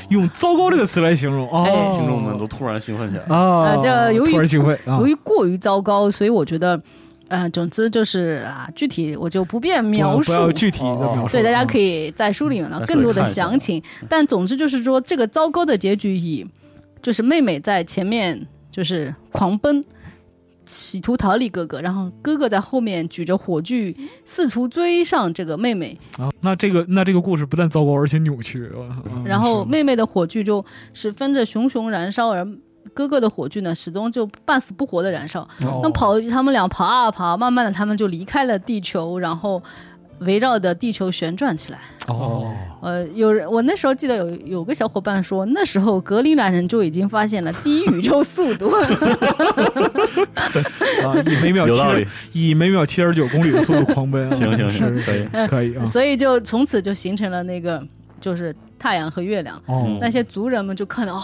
Speaker 3: 用糟糕这个词来形容哦
Speaker 4: 哎，
Speaker 2: 听众们都突然兴奋起来，
Speaker 3: 啊，
Speaker 4: 啊这由于
Speaker 3: 突然兴 奋啊
Speaker 4: 由，于过于糟糕，所以我觉得，呃，总之就是啊，具体我就不便
Speaker 3: 不要
Speaker 4: 描
Speaker 3: 不。
Speaker 4: 述
Speaker 3: 要具体
Speaker 2: 哦
Speaker 3: 的描述，
Speaker 4: 对，大家可
Speaker 3: 以
Speaker 4: 以在书里面呢
Speaker 2: 啊嗯在书里
Speaker 4: 更多的
Speaker 2: 看一下嗯
Speaker 4: 详情。但总之就是说，这个糟糕的结局以就是妹妹在前面就是狂奔，企图逃离哥哥，然后哥哥在后面举着火炬试图追上这个妹妹，
Speaker 3: 啊。那这个那这个故事不但糟糕，而且扭曲。啊
Speaker 2: 嗯
Speaker 4: 然后
Speaker 3: 是
Speaker 4: 妹妹的火炬就是分着熊熊燃烧，而哥哥的火炬呢始终就半死不活的燃烧。那
Speaker 3: 哦
Speaker 4: 跑，他们俩跑啊跑，慢慢的他们就离开了地球，然后围绕着地球旋转起来。
Speaker 3: 哦，
Speaker 4: 呃，有人，我那时候记得有有个小伙伴说，那时候格陵兰人就已经发现了第一宇宙 速度。
Speaker 3: 啊，以每秒
Speaker 2: 有道
Speaker 3: 七
Speaker 2: 理
Speaker 3: 以每秒七点九公里的速度狂奔啊，
Speaker 2: 行行行，
Speaker 3: 是
Speaker 2: 可以，
Speaker 3: 可以啊。
Speaker 4: 所以就从此就形成了那个就是太阳和月亮。
Speaker 3: 哦
Speaker 4: 那些族人们就看到，哦，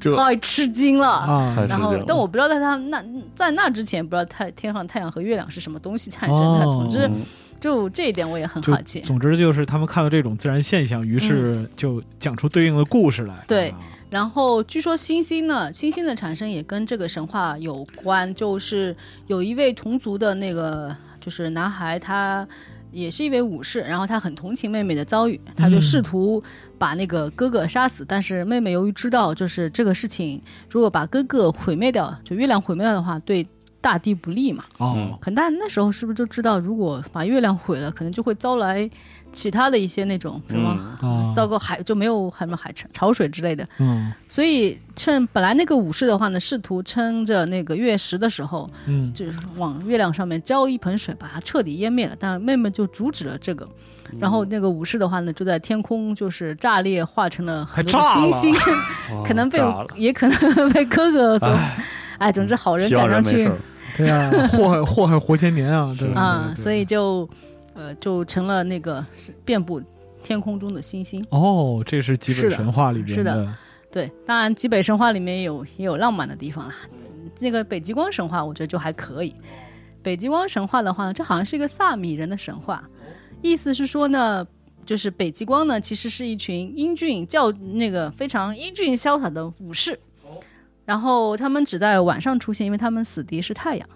Speaker 2: 这
Speaker 4: 太吃惊了。
Speaker 3: 啊
Speaker 2: 太，
Speaker 4: 然
Speaker 2: 吃
Speaker 4: 后
Speaker 2: 惊了，
Speaker 4: 但我不知道在他们那在那之前，不知道太天上太阳和月亮是什么东西产生的。
Speaker 3: 哦
Speaker 4: 总之，
Speaker 2: 嗯
Speaker 4: 就这一点我也很
Speaker 3: 就
Speaker 4: 好奇。
Speaker 3: 总之就是他们看到这种自然现象，于是就讲出对应的故事来。
Speaker 4: 对
Speaker 3: 啊，
Speaker 4: 然后据说星星呢，星星的产生也跟这个神话有关，就是有一位同族的那个就是男孩，他也是一位武士，然后他很同情妹妹的遭遇，他
Speaker 3: 嗯
Speaker 4: 就试图把那个哥哥杀死，但是妹妹由于知道就是这个事情，如果把哥哥毁灭掉，就月亮毁灭掉的话，对大地不利嘛。
Speaker 3: 哦，
Speaker 4: 可能大家那时候是不是就知道，如果把月亮毁了，可能就会招来其他的一些那种什么。
Speaker 2: 嗯
Speaker 3: 啊，
Speaker 4: 糟糕，海就没有什么海潮潮水之类的，
Speaker 3: 嗯
Speaker 4: 所以趁本来那个武士的话呢，试图撑着那个月食的时候，
Speaker 3: 嗯，
Speaker 4: 就是往月亮上面浇一盆水，把它彻底淹灭了。但妹妹就阻止了这个，
Speaker 2: 嗯
Speaker 4: 然后那个武士的话呢，就在天空就是炸裂，化成了很多的
Speaker 3: 还炸了
Speaker 4: 星星， 可能被
Speaker 2: 哦炸了
Speaker 4: 也可能被哥哥所，哎，总之好
Speaker 2: 嗯
Speaker 4: 人
Speaker 2: 希望
Speaker 4: 赶
Speaker 2: 人
Speaker 4: 上
Speaker 2: 没事
Speaker 4: 去
Speaker 2: 儿，
Speaker 3: 对呀，祸害祸害活千年啊，对吧？
Speaker 4: 啊，
Speaker 3: 对
Speaker 4: 所以就呃就成了那个是遍布天空中的星星。
Speaker 3: 哦，这是几
Speaker 4: 是
Speaker 3: 本
Speaker 4: 的
Speaker 3: 神话里边
Speaker 4: 是的对，当然极北神话里面也有也有浪漫的地方啦。那个北极光神话，我觉得就还可以。北极光神话的话呢，这好像是一个萨米人的神话，意思是说呢，就是北极光呢，其实是一群英俊较那个非常英俊潇洒的武士，然后他们只在晚上出现，因为他们死敌是太阳。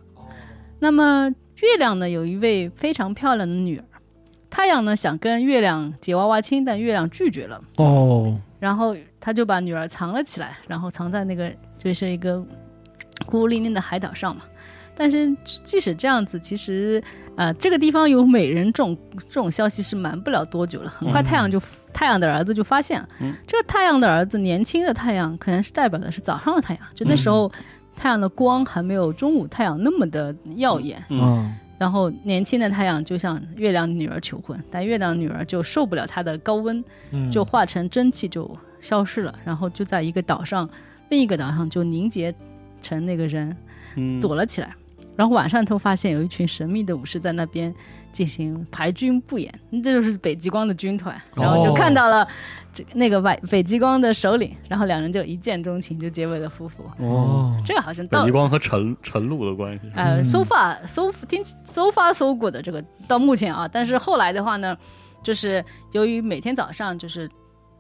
Speaker 4: 那么月亮呢，有一位非常漂亮的女儿，太阳呢想跟月亮结娃娃亲，但月亮拒绝了。
Speaker 3: 哦，
Speaker 4: 然后他就把女儿藏了起来，然后藏在那个就是一个孤孤零零的海岛上嘛。但是即使这样子，其实呃，这个地方有美人这种这种消息是瞒不了多久了。很快太阳就、太阳的儿子就发现了，这个太阳的儿子年轻的太阳可能是代表的是早上的太阳，就那时候太阳的光还没有中午太阳那么的耀眼。
Speaker 2: 嗯
Speaker 3: 嗯，
Speaker 4: 然后年轻的太阳就向月亮女儿求婚，但月亮女儿就受不了它的高温，
Speaker 3: 嗯
Speaker 4: 就化成蒸汽就消失了，然后就在一个岛上，另一个岛上就凝结成那个人，
Speaker 2: 嗯，
Speaker 4: 躲了起来。然后晚上都发现有一群神秘的武士在那边进行排军布演，嗯这就是北极光的军团。
Speaker 3: 哦
Speaker 4: 然后就看到了这那个北北极光的首领，然后两人就一见钟情，就结为了夫妇。
Speaker 2: 哦，
Speaker 4: 这个好像
Speaker 2: 北
Speaker 4: 到
Speaker 2: 极光和晨晨露的关系是吧，
Speaker 4: 呃
Speaker 3: 嗯
Speaker 4: ，so far so 听 so far so good 的这个到目前啊，但是后来的话呢，就是由于每天早上就是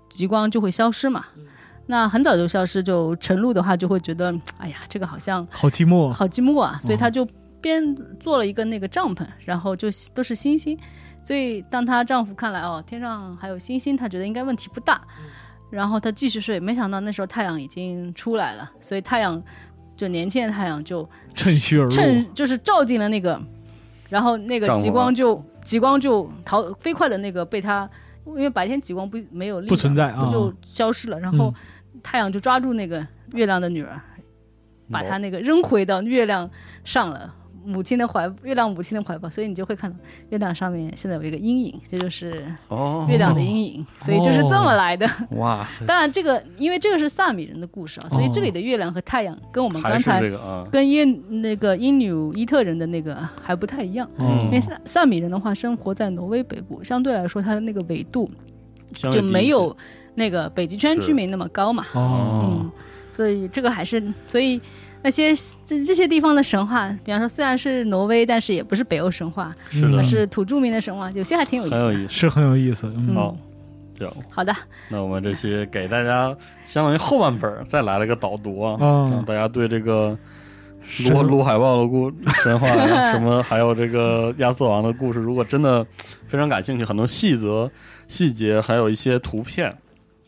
Speaker 4: 极光就会消失嘛，那很早就消失，就晨露的话就会觉得，哎呀，这个好像
Speaker 3: 好寂寞，
Speaker 4: 好寂寞啊，所以他就边做了一个那个帐篷，然后就都是星星，所以当她丈夫看来哦，天上还有星星，她觉得应该问题不大，然后她继续睡，没想到那时候太阳已经出来了，所以太阳就年轻的太阳就
Speaker 3: 趁虚而入，
Speaker 4: 趁就是照进了那个，然后那个
Speaker 2: 帐篷
Speaker 4: 极光就极光就逃飞快的那个被他，因为白天极光不没有力
Speaker 3: 不存
Speaker 4: 量
Speaker 3: 在啊
Speaker 4: 就消失了。然后
Speaker 3: 嗯
Speaker 4: 太阳就抓住那个月亮的女儿，把她那个扔回到月亮上了。母亲的怀，月亮母亲的怀抱，所以你就会看到月亮上面现在有一个阴影，这就是
Speaker 2: 哦，
Speaker 4: 月亮的阴影，所以就是这
Speaker 3: 哦
Speaker 4: 么来的。
Speaker 2: 哇塞，
Speaker 4: 当然，这个因为这个是萨米人的故事啊，所以
Speaker 3: 哦
Speaker 4: 这里的月亮和太阳跟我们
Speaker 2: 还
Speaker 4: 刚
Speaker 2: 是
Speaker 4: 才
Speaker 2: 这个啊，
Speaker 4: 跟因那个因纽伊特人的那个还不太一样，
Speaker 3: 哦
Speaker 4: 因为
Speaker 2: 嗯，
Speaker 4: 萨萨米人的话生活在挪威北部，相对来说它的那个纬度
Speaker 2: 相对
Speaker 4: 就
Speaker 2: 低一
Speaker 4: 没
Speaker 2: 些
Speaker 4: 有那个北极圈
Speaker 2: 是
Speaker 4: 居民那么高嘛，嗯
Speaker 3: 哦，
Speaker 2: 哦，
Speaker 4: 所以这个还是所以那些这这些地方的神话，比方说虽然是挪威，但是也不是北欧神话，
Speaker 2: 嗯是
Speaker 4: 而
Speaker 2: 的，
Speaker 4: 是土著民的神话，有些还挺有意思
Speaker 2: 很有
Speaker 4: 的。
Speaker 2: 意思。
Speaker 3: 嗯是很有意思，嗯
Speaker 2: 好，嗯这样，
Speaker 4: 好的，
Speaker 2: 那我们这期给大家相当于后半本儿再来了个导读啊，
Speaker 3: 嗯
Speaker 2: 让大家对这个
Speaker 3: 是
Speaker 2: 卢卢海豹的故 神话 呀什么，还有这个亚瑟王的故事，如果真的非常感兴趣，很多细则、细节，还有一些图片，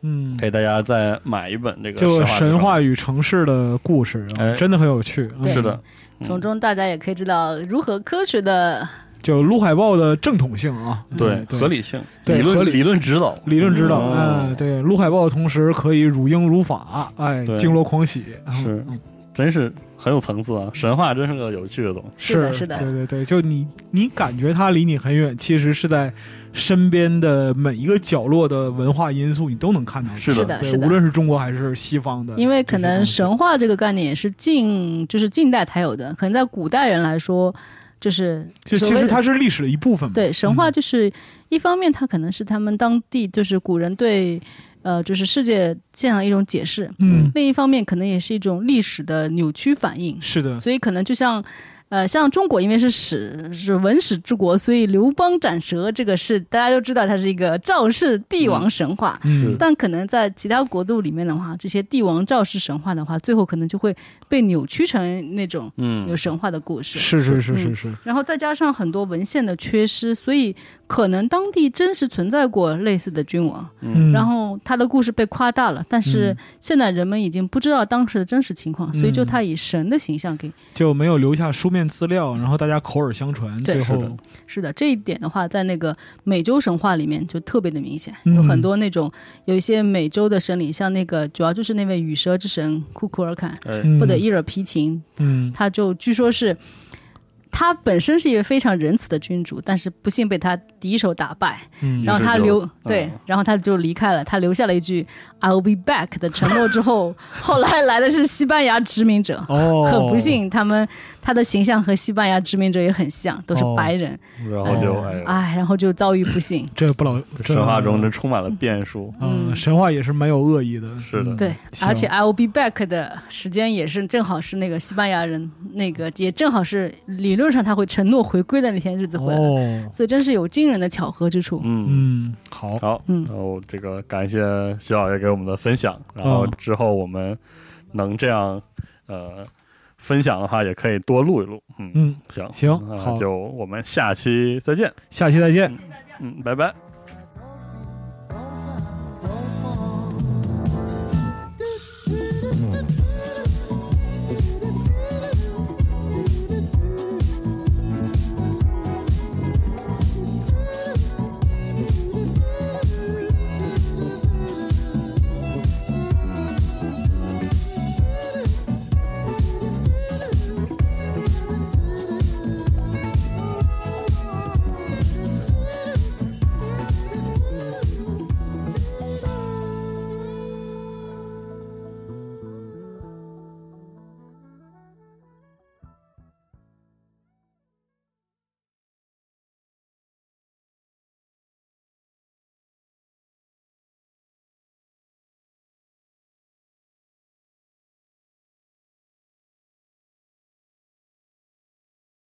Speaker 3: 嗯，
Speaker 2: 给大家再买一本这个
Speaker 3: 就神
Speaker 2: 话
Speaker 3: 话与城市的故事，啊
Speaker 2: 哎
Speaker 3: 真的很有趣。嗯
Speaker 4: 对
Speaker 2: 是的，
Speaker 4: 从中大家也可以知道如何科学的
Speaker 3: 就撸海豹的正统性啊，
Speaker 2: 嗯对
Speaker 3: 对
Speaker 2: 合理性、
Speaker 3: 对
Speaker 2: 理
Speaker 3: 合
Speaker 2: 论
Speaker 3: 理
Speaker 2: 理论指导，
Speaker 3: 理论指导，
Speaker 2: 嗯
Speaker 3: 哎，对，撸海豹同时可以辱英辱法，哎，
Speaker 2: 对
Speaker 3: 经络狂喜，嗯
Speaker 2: 是
Speaker 3: 嗯
Speaker 2: 真是很有层次啊！神话真是个有趣的东西，
Speaker 4: 是的
Speaker 3: 是
Speaker 4: 是的
Speaker 3: 对对对，就你你感觉它离你很远，其实是在身边的每一个角落的文化因素，你都能看到。
Speaker 2: 是
Speaker 4: 是
Speaker 2: 的
Speaker 4: 的，
Speaker 3: 对，
Speaker 4: 是的
Speaker 3: 无。论是中国还嗯是西方的，
Speaker 4: 因为可能
Speaker 3: 神
Speaker 4: 神话这个概念也是近，就是近代才有的，可能在古代人来说，就是
Speaker 3: 就
Speaker 4: 所
Speaker 3: 其
Speaker 4: 谓
Speaker 3: 实
Speaker 4: 的
Speaker 3: 它是历史的一部分嘛。
Speaker 4: 对神话
Speaker 3: 嗯
Speaker 4: 就是一方面，它可能是他们当地就是古人对，呃，就是世界现象一种解释；
Speaker 3: 嗯，
Speaker 4: 另一方面，可能也是一种历史的扭曲反应。
Speaker 3: 是的，
Speaker 4: 所以可能就像，呃，像中国因为是史是文史之国，所以刘邦斩蛇这个是大家都知道，它是一个赵氏帝王神话。
Speaker 3: 嗯，
Speaker 4: 但可能在其他国度里面的话，这些帝王赵氏神话的话，最后可能就会被扭曲成那种有
Speaker 2: 嗯，
Speaker 4: 神话的故事。
Speaker 3: 是是是
Speaker 4: 嗯
Speaker 3: 是是，
Speaker 4: 然后再加上很多文献的缺失，所以可能当地真实存在过类似的君王，
Speaker 3: 嗯，
Speaker 4: 然后他的故事被夸大了，但是
Speaker 3: 嗯
Speaker 4: 现在人们已经不知道当时的真实情况，所以就
Speaker 3: 嗯
Speaker 4: 他以神的形象给。
Speaker 3: 就没有留下书面资料，然后大家口耳相传，
Speaker 4: 对
Speaker 3: 最
Speaker 2: 是的
Speaker 3: 后
Speaker 4: 是的，这一点的话，在那个美洲神话里面就特别的明显，
Speaker 3: 嗯
Speaker 4: 有很多那种有一些美洲的神灵，像那个主要就是那位羽蛇之神库库尔坎，
Speaker 2: 哎，
Speaker 3: 嗯
Speaker 4: 或者伊尔皮琴，
Speaker 3: 嗯
Speaker 4: 他就据说是，他本身是一位非常仁慈的君主，但是不幸被他敌手打败，
Speaker 3: 嗯
Speaker 4: 然后他
Speaker 2: 于是就
Speaker 4: 留对
Speaker 2: 嗯，
Speaker 4: 然后他就离开了，他留下了一句 "I'll be back" 的承诺。之后，后来来的是西班牙殖民者，
Speaker 3: 哦，
Speaker 4: 很不，幸，他们他的形象和西班牙殖民者也很像，都是
Speaker 3: 哦嗯
Speaker 4: 白人，
Speaker 2: 然后就
Speaker 3: 哦
Speaker 2: 哎呦，
Speaker 4: 哎，然后就遭遇不幸。
Speaker 3: 这不老这
Speaker 2: 神话中这充满了变数，
Speaker 3: 嗯，神话也是蛮有恶意的，
Speaker 2: 是的
Speaker 3: 嗯
Speaker 4: 对，
Speaker 3: 行
Speaker 4: 而且 I will be back 的时间也是正好是那个西班牙人那个也正好是理论上他会承诺回归的那天日子回来，
Speaker 3: 哦，
Speaker 4: 所以真是有惊人的巧合之处。
Speaker 2: 嗯
Speaker 3: 嗯，好，
Speaker 2: 好，
Speaker 4: 嗯
Speaker 2: 然后这个感谢徐老爷给我们的分享，然后
Speaker 3: 嗯
Speaker 2: 之后我们能这样呃分享的话，也可以多录一录。嗯，
Speaker 3: 嗯，
Speaker 2: 行
Speaker 3: 行
Speaker 2: 那
Speaker 3: 好
Speaker 2: 就我们下期再见。
Speaker 3: 下期再见。
Speaker 2: 嗯，拜拜。